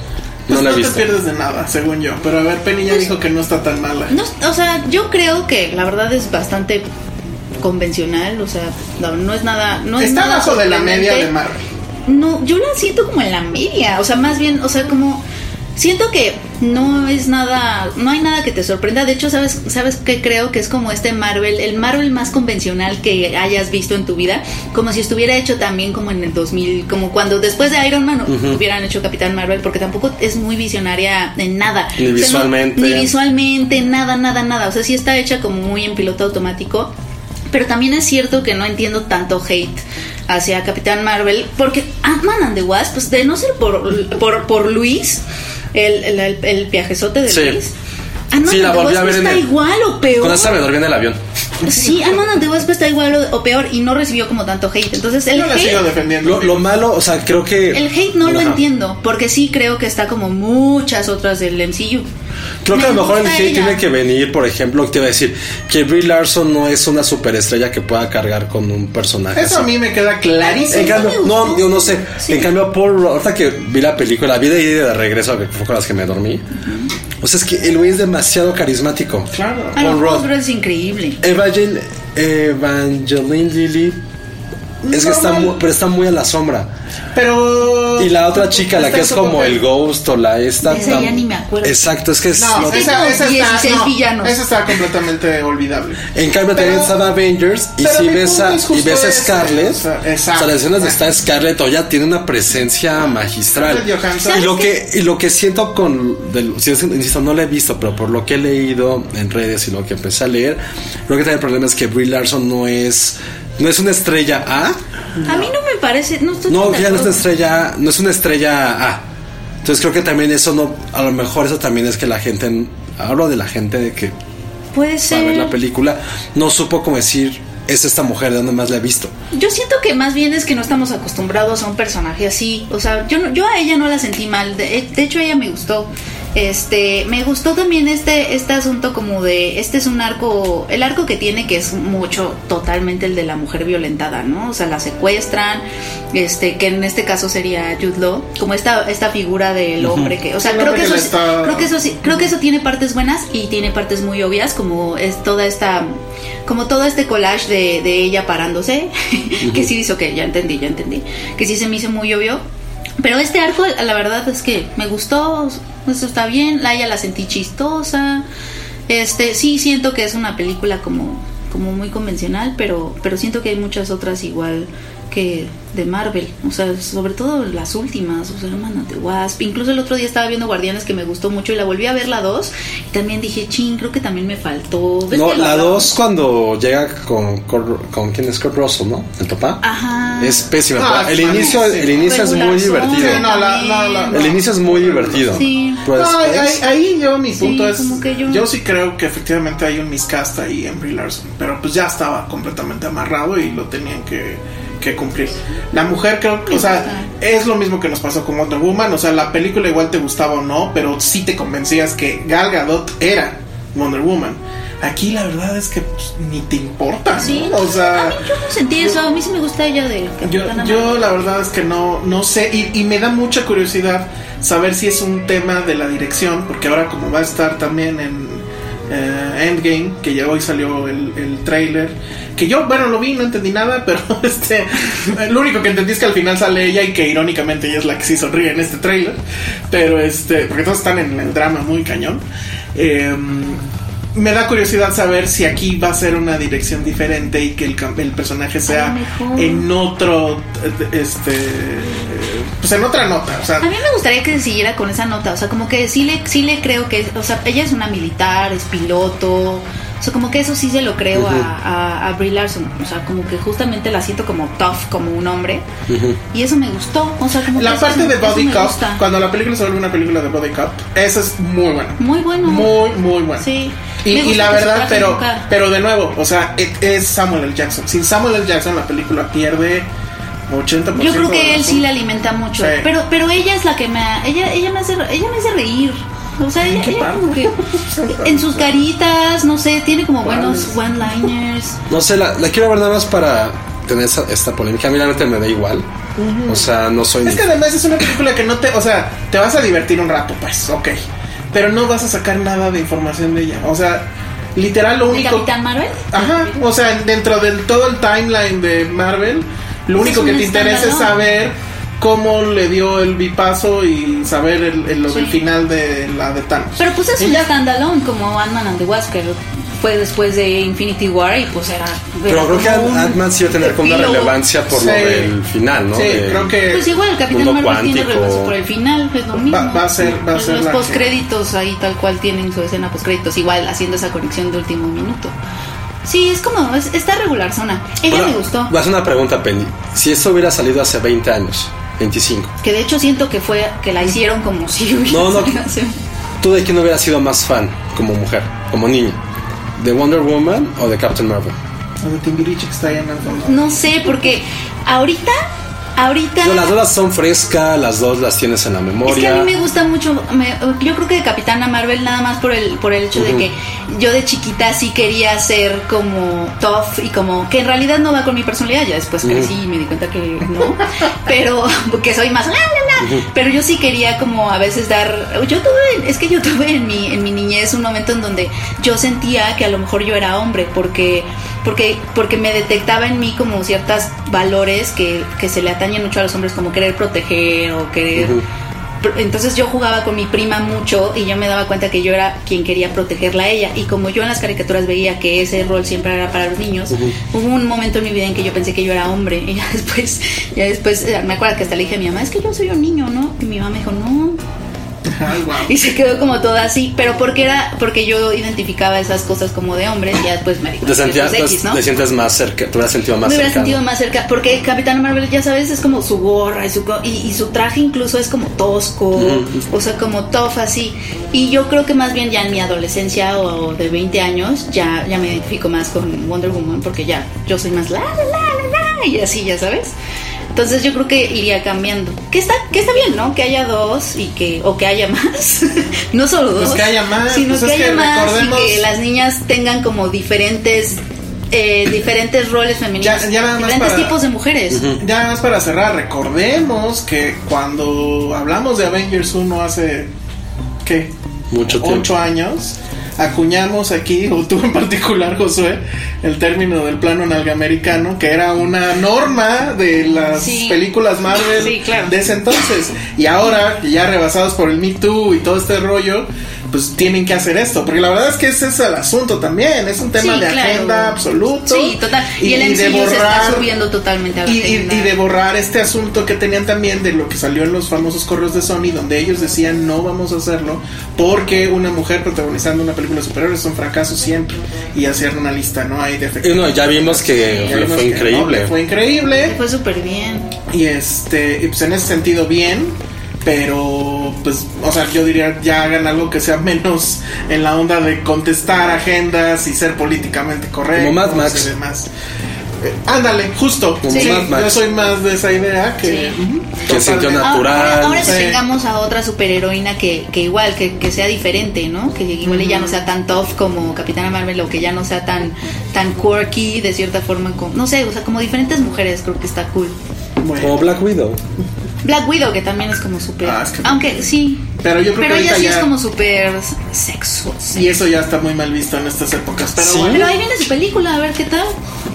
[SPEAKER 1] No la
[SPEAKER 3] Pues
[SPEAKER 1] he
[SPEAKER 3] no te
[SPEAKER 1] visto.
[SPEAKER 3] pierdes de nada, según yo. Pero a ver, Penny ya dijo que no está tan mala.
[SPEAKER 2] Pues No, o sea, yo creo que la verdad es bastante convencional, o sea, no, no es nada... No es
[SPEAKER 3] está
[SPEAKER 2] nada
[SPEAKER 3] abajo de la media de
[SPEAKER 2] sorprendente.
[SPEAKER 3] Marvel.
[SPEAKER 2] No, yo la siento como en la media, o sea, más bien, o sea, como siento que no es nada, no hay nada que te sorprenda. De hecho, sabes, sabes que creo que es como este Marvel, el Marvel más convencional que hayas visto en tu vida, como si estuviera hecho también como en el 2000, como cuando después de Iron Man hubieran hecho Capitán Marvel, porque tampoco es muy visionaria en nada,
[SPEAKER 1] Ni
[SPEAKER 2] no-
[SPEAKER 1] visualmente.
[SPEAKER 2] ni visualmente, nada, nada, nada. O sea, sí está hecha como muy en piloto automático. Pero también es cierto que no entiendo tanto hate hacia Capitán Marvel. Porque Ant-Man and the Wasp, pues de no ser por, por, por Luis, el, el, el- el viajezote de
[SPEAKER 1] Sí.
[SPEAKER 2] Luis. Ant-Man
[SPEAKER 1] Sí, la
[SPEAKER 2] and the
[SPEAKER 1] volví a
[SPEAKER 2] Wasp
[SPEAKER 1] ver en
[SPEAKER 2] está
[SPEAKER 1] el-
[SPEAKER 2] igual o peor.
[SPEAKER 1] Con esa me dormí en el avión.
[SPEAKER 2] Sí, Ant-Man and the Wasp está igual o, o peor y no recibió como tanto hate. Entonces el
[SPEAKER 3] Yo la sigo
[SPEAKER 2] hate
[SPEAKER 3] defendiendo.
[SPEAKER 1] Lo, lo malo, o sea, creo que.
[SPEAKER 2] el hate no lo
[SPEAKER 1] Ajá.
[SPEAKER 2] entiendo, porque sí creo que está como muchas otras del MCU.
[SPEAKER 1] Creo que a
[SPEAKER 2] Me
[SPEAKER 1] lo mejor el
[SPEAKER 2] gusta
[SPEAKER 1] hate
[SPEAKER 2] ella.
[SPEAKER 1] tiene que venir, por ejemplo, te iba a decir que Brie Larson no es una superestrella que pueda cargar con un personaje.
[SPEAKER 3] Eso a
[SPEAKER 1] así.
[SPEAKER 3] mí me queda
[SPEAKER 1] En
[SPEAKER 3] clarísimo.
[SPEAKER 1] cambio,
[SPEAKER 2] me
[SPEAKER 1] no,
[SPEAKER 2] gustó.
[SPEAKER 1] yo no sé.
[SPEAKER 2] Sí.
[SPEAKER 1] En cambio, Paul, Rudd, ahorita que vi la película, la vi de ida y de regreso, que fue con las que me dormí. O sea, es que el güey es demasiado carismático.
[SPEAKER 3] Claro.
[SPEAKER 2] A lo
[SPEAKER 1] Paul Rudd.
[SPEAKER 2] mejor es increíble.
[SPEAKER 1] Evangel- Evangeline Lilly. Es que está
[SPEAKER 3] Normal.
[SPEAKER 1] muy, pero está muy a la sombra.
[SPEAKER 3] Pero.
[SPEAKER 1] Y la otra chica, la
[SPEAKER 3] Está
[SPEAKER 1] que es
[SPEAKER 3] en su
[SPEAKER 1] como
[SPEAKER 3] papel.
[SPEAKER 1] el Ghost o la esta.
[SPEAKER 2] De esa ya ni me acuerdo.
[SPEAKER 1] Exacto, es que es.
[SPEAKER 3] No,
[SPEAKER 2] Sí,
[SPEAKER 3] esa,
[SPEAKER 2] como
[SPEAKER 3] esa está.
[SPEAKER 2] 16
[SPEAKER 3] no,
[SPEAKER 2] villanos.
[SPEAKER 3] esa está completamente olvidable.
[SPEAKER 1] En cambio también
[SPEAKER 3] Pero-
[SPEAKER 1] estaba Avengers y
[SPEAKER 3] pero
[SPEAKER 1] si
[SPEAKER 3] mi
[SPEAKER 1] ves a,
[SPEAKER 3] punto es justo
[SPEAKER 1] y ves a
[SPEAKER 3] ese.
[SPEAKER 1] Scarlett,
[SPEAKER 3] O sea,
[SPEAKER 1] o sea,
[SPEAKER 3] exacto.
[SPEAKER 1] las escenas de está Scarlett o ya tiene una presencia magistral.
[SPEAKER 3] Scarlett Johansson.
[SPEAKER 1] Y lo que y lo que siento con del- si es- insisto no la he visto, pero por lo que he leído en redes y lo que empecé a leer, creo que también el problema es que Brie Larson no es ¿No es una estrella A?
[SPEAKER 2] A mí no me parece. No, estoy
[SPEAKER 1] No,
[SPEAKER 2] tan
[SPEAKER 1] ya no es
[SPEAKER 2] de
[SPEAKER 1] una
[SPEAKER 2] acuerdo.
[SPEAKER 1] estrella A, no es una estrella A. Entonces creo que también eso no, a lo mejor eso también es que la gente, hablo de la gente de que
[SPEAKER 2] Puede
[SPEAKER 1] va a ver la
[SPEAKER 2] ser.
[SPEAKER 1] película, no supo cómo decir, es esta mujer, de dónde más la he visto.
[SPEAKER 2] Yo siento que más bien es que no estamos acostumbrados a un personaje así. O sea, yo, no- yo a ella no la sentí mal. De, eh, de hecho, ella me gustó. Este, me gustó también este, este asunto como de, este es un arco, el arco que tiene que es mucho, totalmente el de la mujer violentada, ¿no? O sea, la secuestran, este, que en este caso sería Jude Law, como esta, esta figura del hombre que, o sea,
[SPEAKER 3] El
[SPEAKER 2] creo que,
[SPEAKER 3] hombre
[SPEAKER 2] eso,
[SPEAKER 3] que
[SPEAKER 2] sí-
[SPEAKER 3] la está-
[SPEAKER 2] creo que eso sí- creo que eso tiene partes buenas y tiene partes muy obvias, como es toda esta, como todo este collage de, de ella parándose, que sí dice, ok, ya entendí, ya entendí, que sí se me hizo muy obvio. Pero este arco, la verdad es que me gustó, eso está bien, la ella la sentí chistosa, este, sí siento que es una película como, como muy convencional, pero, pero siento que hay muchas otras igual que de Marvel, o sea, sobre todo las últimas, o sea, hermana de Wasp. Incluso el otro día estaba viendo Guardianes que me gustó mucho y la volví a ver la 2 y también dije, ching, creo que también me faltó. ¿Ves
[SPEAKER 1] No,
[SPEAKER 2] que lo
[SPEAKER 1] la
[SPEAKER 2] hablamos?
[SPEAKER 1] 2 cuando llega con, Kurt- con quién es Kurt Russell, ¿no? El papá.
[SPEAKER 2] Ajá.
[SPEAKER 1] Es pésima.
[SPEAKER 3] Ah,
[SPEAKER 1] el inicio, el
[SPEAKER 3] malísima.
[SPEAKER 1] inicio es muy
[SPEAKER 2] Ah. Regular
[SPEAKER 1] divertido.
[SPEAKER 2] zona
[SPEAKER 3] no, la- no,
[SPEAKER 2] también.
[SPEAKER 3] la- no.
[SPEAKER 1] El inicio es muy divertido. Pues,
[SPEAKER 2] Sí.
[SPEAKER 1] Pero
[SPEAKER 3] No, ahí,
[SPEAKER 1] después-
[SPEAKER 3] ahí yo mi
[SPEAKER 2] Sí,
[SPEAKER 3] punto es.
[SPEAKER 2] como que yo-
[SPEAKER 3] yo... sí creo que efectivamente hay un miscast ahí en Brie Larson, pero pues ya estaba completamente amarrado y lo tenían que, que cumplir. La mujer creo que, o sea, es lo mismo que nos pasó con Wonder Woman, o sea, la película igual te gustaba o no, pero sí te convencías que Gal Gadot era Wonder Woman. Aquí la verdad es que pues, ni te importa, ¿no?
[SPEAKER 2] Sí.
[SPEAKER 3] O sea,
[SPEAKER 2] A mí yo no sentí eso, a mí sí me gusta ella de... que
[SPEAKER 3] yo,
[SPEAKER 2] gana
[SPEAKER 3] yo
[SPEAKER 2] más.
[SPEAKER 3] la verdad es que no, no sé y, y me da mucha curiosidad saber si es un tema de la dirección, porque ahora como va a estar también en eh, Endgame, que ya hoy salió el, el trailer, que yo, bueno, lo vi, no entendí nada, pero este, lo único que entendí es que al final sale ella y que irónicamente ella es la que sí sonríe en este trailer, pero este, porque todos están en el drama muy cañón. Em, me da curiosidad saber si aquí va a ser una dirección diferente y que el, cam- el personaje sea
[SPEAKER 2] lo mejor.
[SPEAKER 3] en otro, eh, este, eh, pues en otra nota, o sea,
[SPEAKER 2] A mí me gustaría que siguiera con esa nota, o sea, como que sí le, sí le creo que, o sea, ella es una militar, es piloto, o sea, como que eso sí se lo creo a, a, a Brie Larson, o sea, como que justamente la siento como tough, como un hombre, y eso me gustó, o sea, como que
[SPEAKER 3] la
[SPEAKER 2] eso
[SPEAKER 3] parte
[SPEAKER 2] me-
[SPEAKER 3] de
[SPEAKER 2] eso
[SPEAKER 3] Body
[SPEAKER 2] me
[SPEAKER 3] Cup,
[SPEAKER 2] gusta.
[SPEAKER 3] cuando la película se vuelve una película de Body Cup, esa es muy buena.
[SPEAKER 2] Muy bueno.
[SPEAKER 3] Muy, muy buena.
[SPEAKER 2] Sí.
[SPEAKER 3] Y,
[SPEAKER 2] Me
[SPEAKER 3] y
[SPEAKER 2] gusta
[SPEAKER 3] la
[SPEAKER 2] que se
[SPEAKER 3] verdad,
[SPEAKER 2] traje
[SPEAKER 3] pero,
[SPEAKER 2] nunca.
[SPEAKER 3] pero de nuevo, o sea, e- es Samuel L. Jackson. Sin Samuel L. Jackson la película pierde 80%.
[SPEAKER 2] Yo creo que
[SPEAKER 3] del
[SPEAKER 2] él sí
[SPEAKER 3] asunto.
[SPEAKER 2] la alimenta mucho,
[SPEAKER 3] Sí.
[SPEAKER 2] pero pero ella es la que me ha- ella ella me hace ella me hace reír. O sea, ella,
[SPEAKER 3] qué
[SPEAKER 2] ella
[SPEAKER 3] padre.
[SPEAKER 2] como que en sus caritas, no sé, tiene como buenos one-liners.
[SPEAKER 1] No sé, la, la quiero ver nada más para tener esa- esta polémica. A mí la neta me da igual. O sea, no soy
[SPEAKER 3] Es
[SPEAKER 1] ni-
[SPEAKER 3] que además es una película que no te, o sea, te vas a divertir un rato, pues, ok. Pero no vas a sacar nada de información de ella. O sea, literal lo
[SPEAKER 2] ¿El
[SPEAKER 3] único.
[SPEAKER 2] Capitán Marvel?
[SPEAKER 3] Ajá. O sea, dentro del todo el timeline de Marvel, lo
[SPEAKER 2] Pues
[SPEAKER 3] único
[SPEAKER 2] es
[SPEAKER 3] que
[SPEAKER 2] un
[SPEAKER 3] te interesa es
[SPEAKER 2] standalone.
[SPEAKER 3] saber cómo le dio el bipaso y saber el- el- lo del
[SPEAKER 2] Sí.
[SPEAKER 3] final de la de Thanos.
[SPEAKER 2] Pero pues es
[SPEAKER 3] Y
[SPEAKER 2] un
[SPEAKER 3] ya.
[SPEAKER 2] standalone como Ant-Man and the Wasp, que fue después de Infinity War y pues era... era
[SPEAKER 1] Pero creo que
[SPEAKER 2] como un
[SPEAKER 1] Ant-Man sí va a tener como una
[SPEAKER 2] epílogo.
[SPEAKER 1] relevancia por lo
[SPEAKER 3] Sí.
[SPEAKER 1] del final, ¿no?
[SPEAKER 3] Sí,
[SPEAKER 1] Del-
[SPEAKER 3] creo que.
[SPEAKER 2] Pues igual el Capitán
[SPEAKER 1] Mundo
[SPEAKER 2] Marvel tiene
[SPEAKER 1] cuántico.
[SPEAKER 2] relevancia por el final, es lo mismo.
[SPEAKER 3] va a ser- va a
[SPEAKER 2] Los-
[SPEAKER 3] ser
[SPEAKER 2] Los
[SPEAKER 3] la que-
[SPEAKER 2] postcréditos ahí tal cual tienen su escena postcréditos, igual haciendo esa conexión de último minuto. Sí, es como, es, está regular zona. Ella
[SPEAKER 1] Bueno,
[SPEAKER 2] me gustó.
[SPEAKER 1] Vas a una pregunta, Penny. Si esto hubiera salido hace 20 años, 25,
[SPEAKER 2] Que de hecho siento que fue, que la hicieron como si hubiera
[SPEAKER 1] No, no.
[SPEAKER 2] sido hace-
[SPEAKER 1] ¿tú de quién hubieras sido más fan como mujer, como niña? ¿De Wonder Woman o de Captain Marvel?
[SPEAKER 3] O de Timbiriche que está ahí en el fondo.
[SPEAKER 2] No sé, porque ahorita, ahorita...
[SPEAKER 1] No, las dos las son frescas, las dos las tienes en la
[SPEAKER 2] Es que
[SPEAKER 1] memoria.
[SPEAKER 2] a mí me gusta mucho, me- yo creo que de Capitana Marvel nada más por el, por el hecho de que yo de chiquita sí quería ser como tough y como que en realidad no va con mi personalidad, ya después crecí y me di cuenta que no, pero que soy más... la, la, la. Pero yo sí quería como a veces dar... Yo tuve, es que yo tuve en mi, en mi niñez un momento en donde yo sentía que a lo mejor yo era hombre porque... Porque, porque me detectaba en mí como ciertos valores que, que se le atañen mucho a los hombres, como querer proteger o querer Pr- Entonces yo jugaba con mi prima mucho y yo me daba cuenta que yo era quien quería protegerla a ella. Y como yo en las caricaturas veía que ese rol siempre era para los niños, hubo un momento en mi vida en que yo pensé que yo era hombre. Y ya después, ya después, eh, me acuerdo que hasta le dije a mi mamá, es que yo soy un niño, ¿no? Y mi mamá me dijo, no,
[SPEAKER 3] Ay, wow.
[SPEAKER 2] Y se quedó como toda así, pero porque era porque yo identificaba esas cosas como de hombres, ya después me
[SPEAKER 1] Te, sentías,
[SPEAKER 2] pues, X,
[SPEAKER 1] te-
[SPEAKER 2] ¿no?
[SPEAKER 1] te sientes más cerca, te hubieras sentido más
[SPEAKER 2] me hubiera
[SPEAKER 1] cerca.
[SPEAKER 2] sentido más cerca, porque Capitán Marvel, ya sabes, es como su gorra y su, co- y, y su traje incluso es como tosco, o sea, como tough así. Y yo creo que más bien ya en mi adolescencia o de 20 años, ya, ya me identifico más con Wonder Woman, porque ya yo soy más la, la, la, la, la, y así, ya sabes. Entonces yo creo que iría cambiando. Que está, que está bien, ¿no? Que haya dos y que, o que haya más. no solo dos.
[SPEAKER 3] Pues que haya más,
[SPEAKER 2] Sino
[SPEAKER 3] pues
[SPEAKER 2] que
[SPEAKER 3] es que
[SPEAKER 2] haya más
[SPEAKER 3] recordemos-
[SPEAKER 2] y que las niñas tengan como diferentes eh, diferentes roles femeninos,
[SPEAKER 3] Ya- ya nada más
[SPEAKER 2] diferentes
[SPEAKER 3] para-
[SPEAKER 2] tipos de mujeres.
[SPEAKER 3] Ya nada más para cerrar, recordemos que cuando hablamos de Avengers 1 hace, ¿qué?
[SPEAKER 1] Mucho tiempo.
[SPEAKER 3] Ocho años, acuñamos aquí, o tú en particular, Josué, el término del plano nalgamericano, que era una norma de las
[SPEAKER 2] Sí.
[SPEAKER 3] películas Marvel
[SPEAKER 2] Sí, claro.
[SPEAKER 3] de ese entonces. Y ahora, ya rebasados por el Me Too y todo este rollo, pues tienen que hacer esto. Porque la verdad es que ese es el asunto también, es un tema
[SPEAKER 2] Sí,
[SPEAKER 3] de
[SPEAKER 2] claro.
[SPEAKER 3] agenda absoluto.
[SPEAKER 2] Sí, total. Y, el
[SPEAKER 3] de
[SPEAKER 2] MCU se está
[SPEAKER 3] borrar-
[SPEAKER 2] subiendo totalmente a la
[SPEAKER 3] y, y-
[SPEAKER 2] agenda.
[SPEAKER 3] y de borrar este asunto que tenían también de lo que salió en los famosos correos de Sony, donde ellos decían no vamos a hacerlo porque una mujer protagonizando una película de superhéroes es un fracaso siempre. Y hacer una lista, ¿no? hay de
[SPEAKER 1] Y
[SPEAKER 3] efectivos.
[SPEAKER 1] no, ya vimos que
[SPEAKER 3] Ya
[SPEAKER 1] fue,
[SPEAKER 3] vimos
[SPEAKER 1] fue
[SPEAKER 3] que no,
[SPEAKER 1] increíble.
[SPEAKER 3] que fue increíble.
[SPEAKER 2] Fue súper bien.
[SPEAKER 3] Y este, y pues en ese sentido bien, pero pues, o sea, yo diría ya hagan algo que sea menos en la onda de contestar agendas y ser políticamente correcto.
[SPEAKER 1] Como Mad Max.
[SPEAKER 3] Y demás. Eh, ándale, justo.
[SPEAKER 1] Como
[SPEAKER 2] Sí.
[SPEAKER 1] Mad Max.
[SPEAKER 3] Yo soy más de esa idea que.
[SPEAKER 2] Sí.
[SPEAKER 3] Ujú,
[SPEAKER 1] Que
[SPEAKER 3] totalmente.
[SPEAKER 1] sintió una-
[SPEAKER 2] Ahora-
[SPEAKER 1] Natural,
[SPEAKER 2] Ahora, ahora que
[SPEAKER 3] sí.
[SPEAKER 2] tengamos a otra superheroína que, que igual, que, que sea diferente, ¿no? Que igual ella no sea tan tough como Capitana Marvel o que ya no sea tan, tan quirky de cierta forma. Como, no sé, o sea, como diferentes mujeres creo que está cool.
[SPEAKER 1] Ah,
[SPEAKER 3] Bueno,
[SPEAKER 1] Como Black Widow.
[SPEAKER 2] Black Widow, que también es como súper...
[SPEAKER 3] Ah, es que-
[SPEAKER 2] Aunque sí.
[SPEAKER 3] Pero yo creo que
[SPEAKER 2] ella
[SPEAKER 3] ahorita
[SPEAKER 2] sí es
[SPEAKER 3] ya-
[SPEAKER 2] como súper sexo.
[SPEAKER 3] Y eso ya está muy mal visto en estas épocas. Pero
[SPEAKER 1] Sí.
[SPEAKER 3] bueno,
[SPEAKER 2] Pero ahí viene su película, a ver qué tal.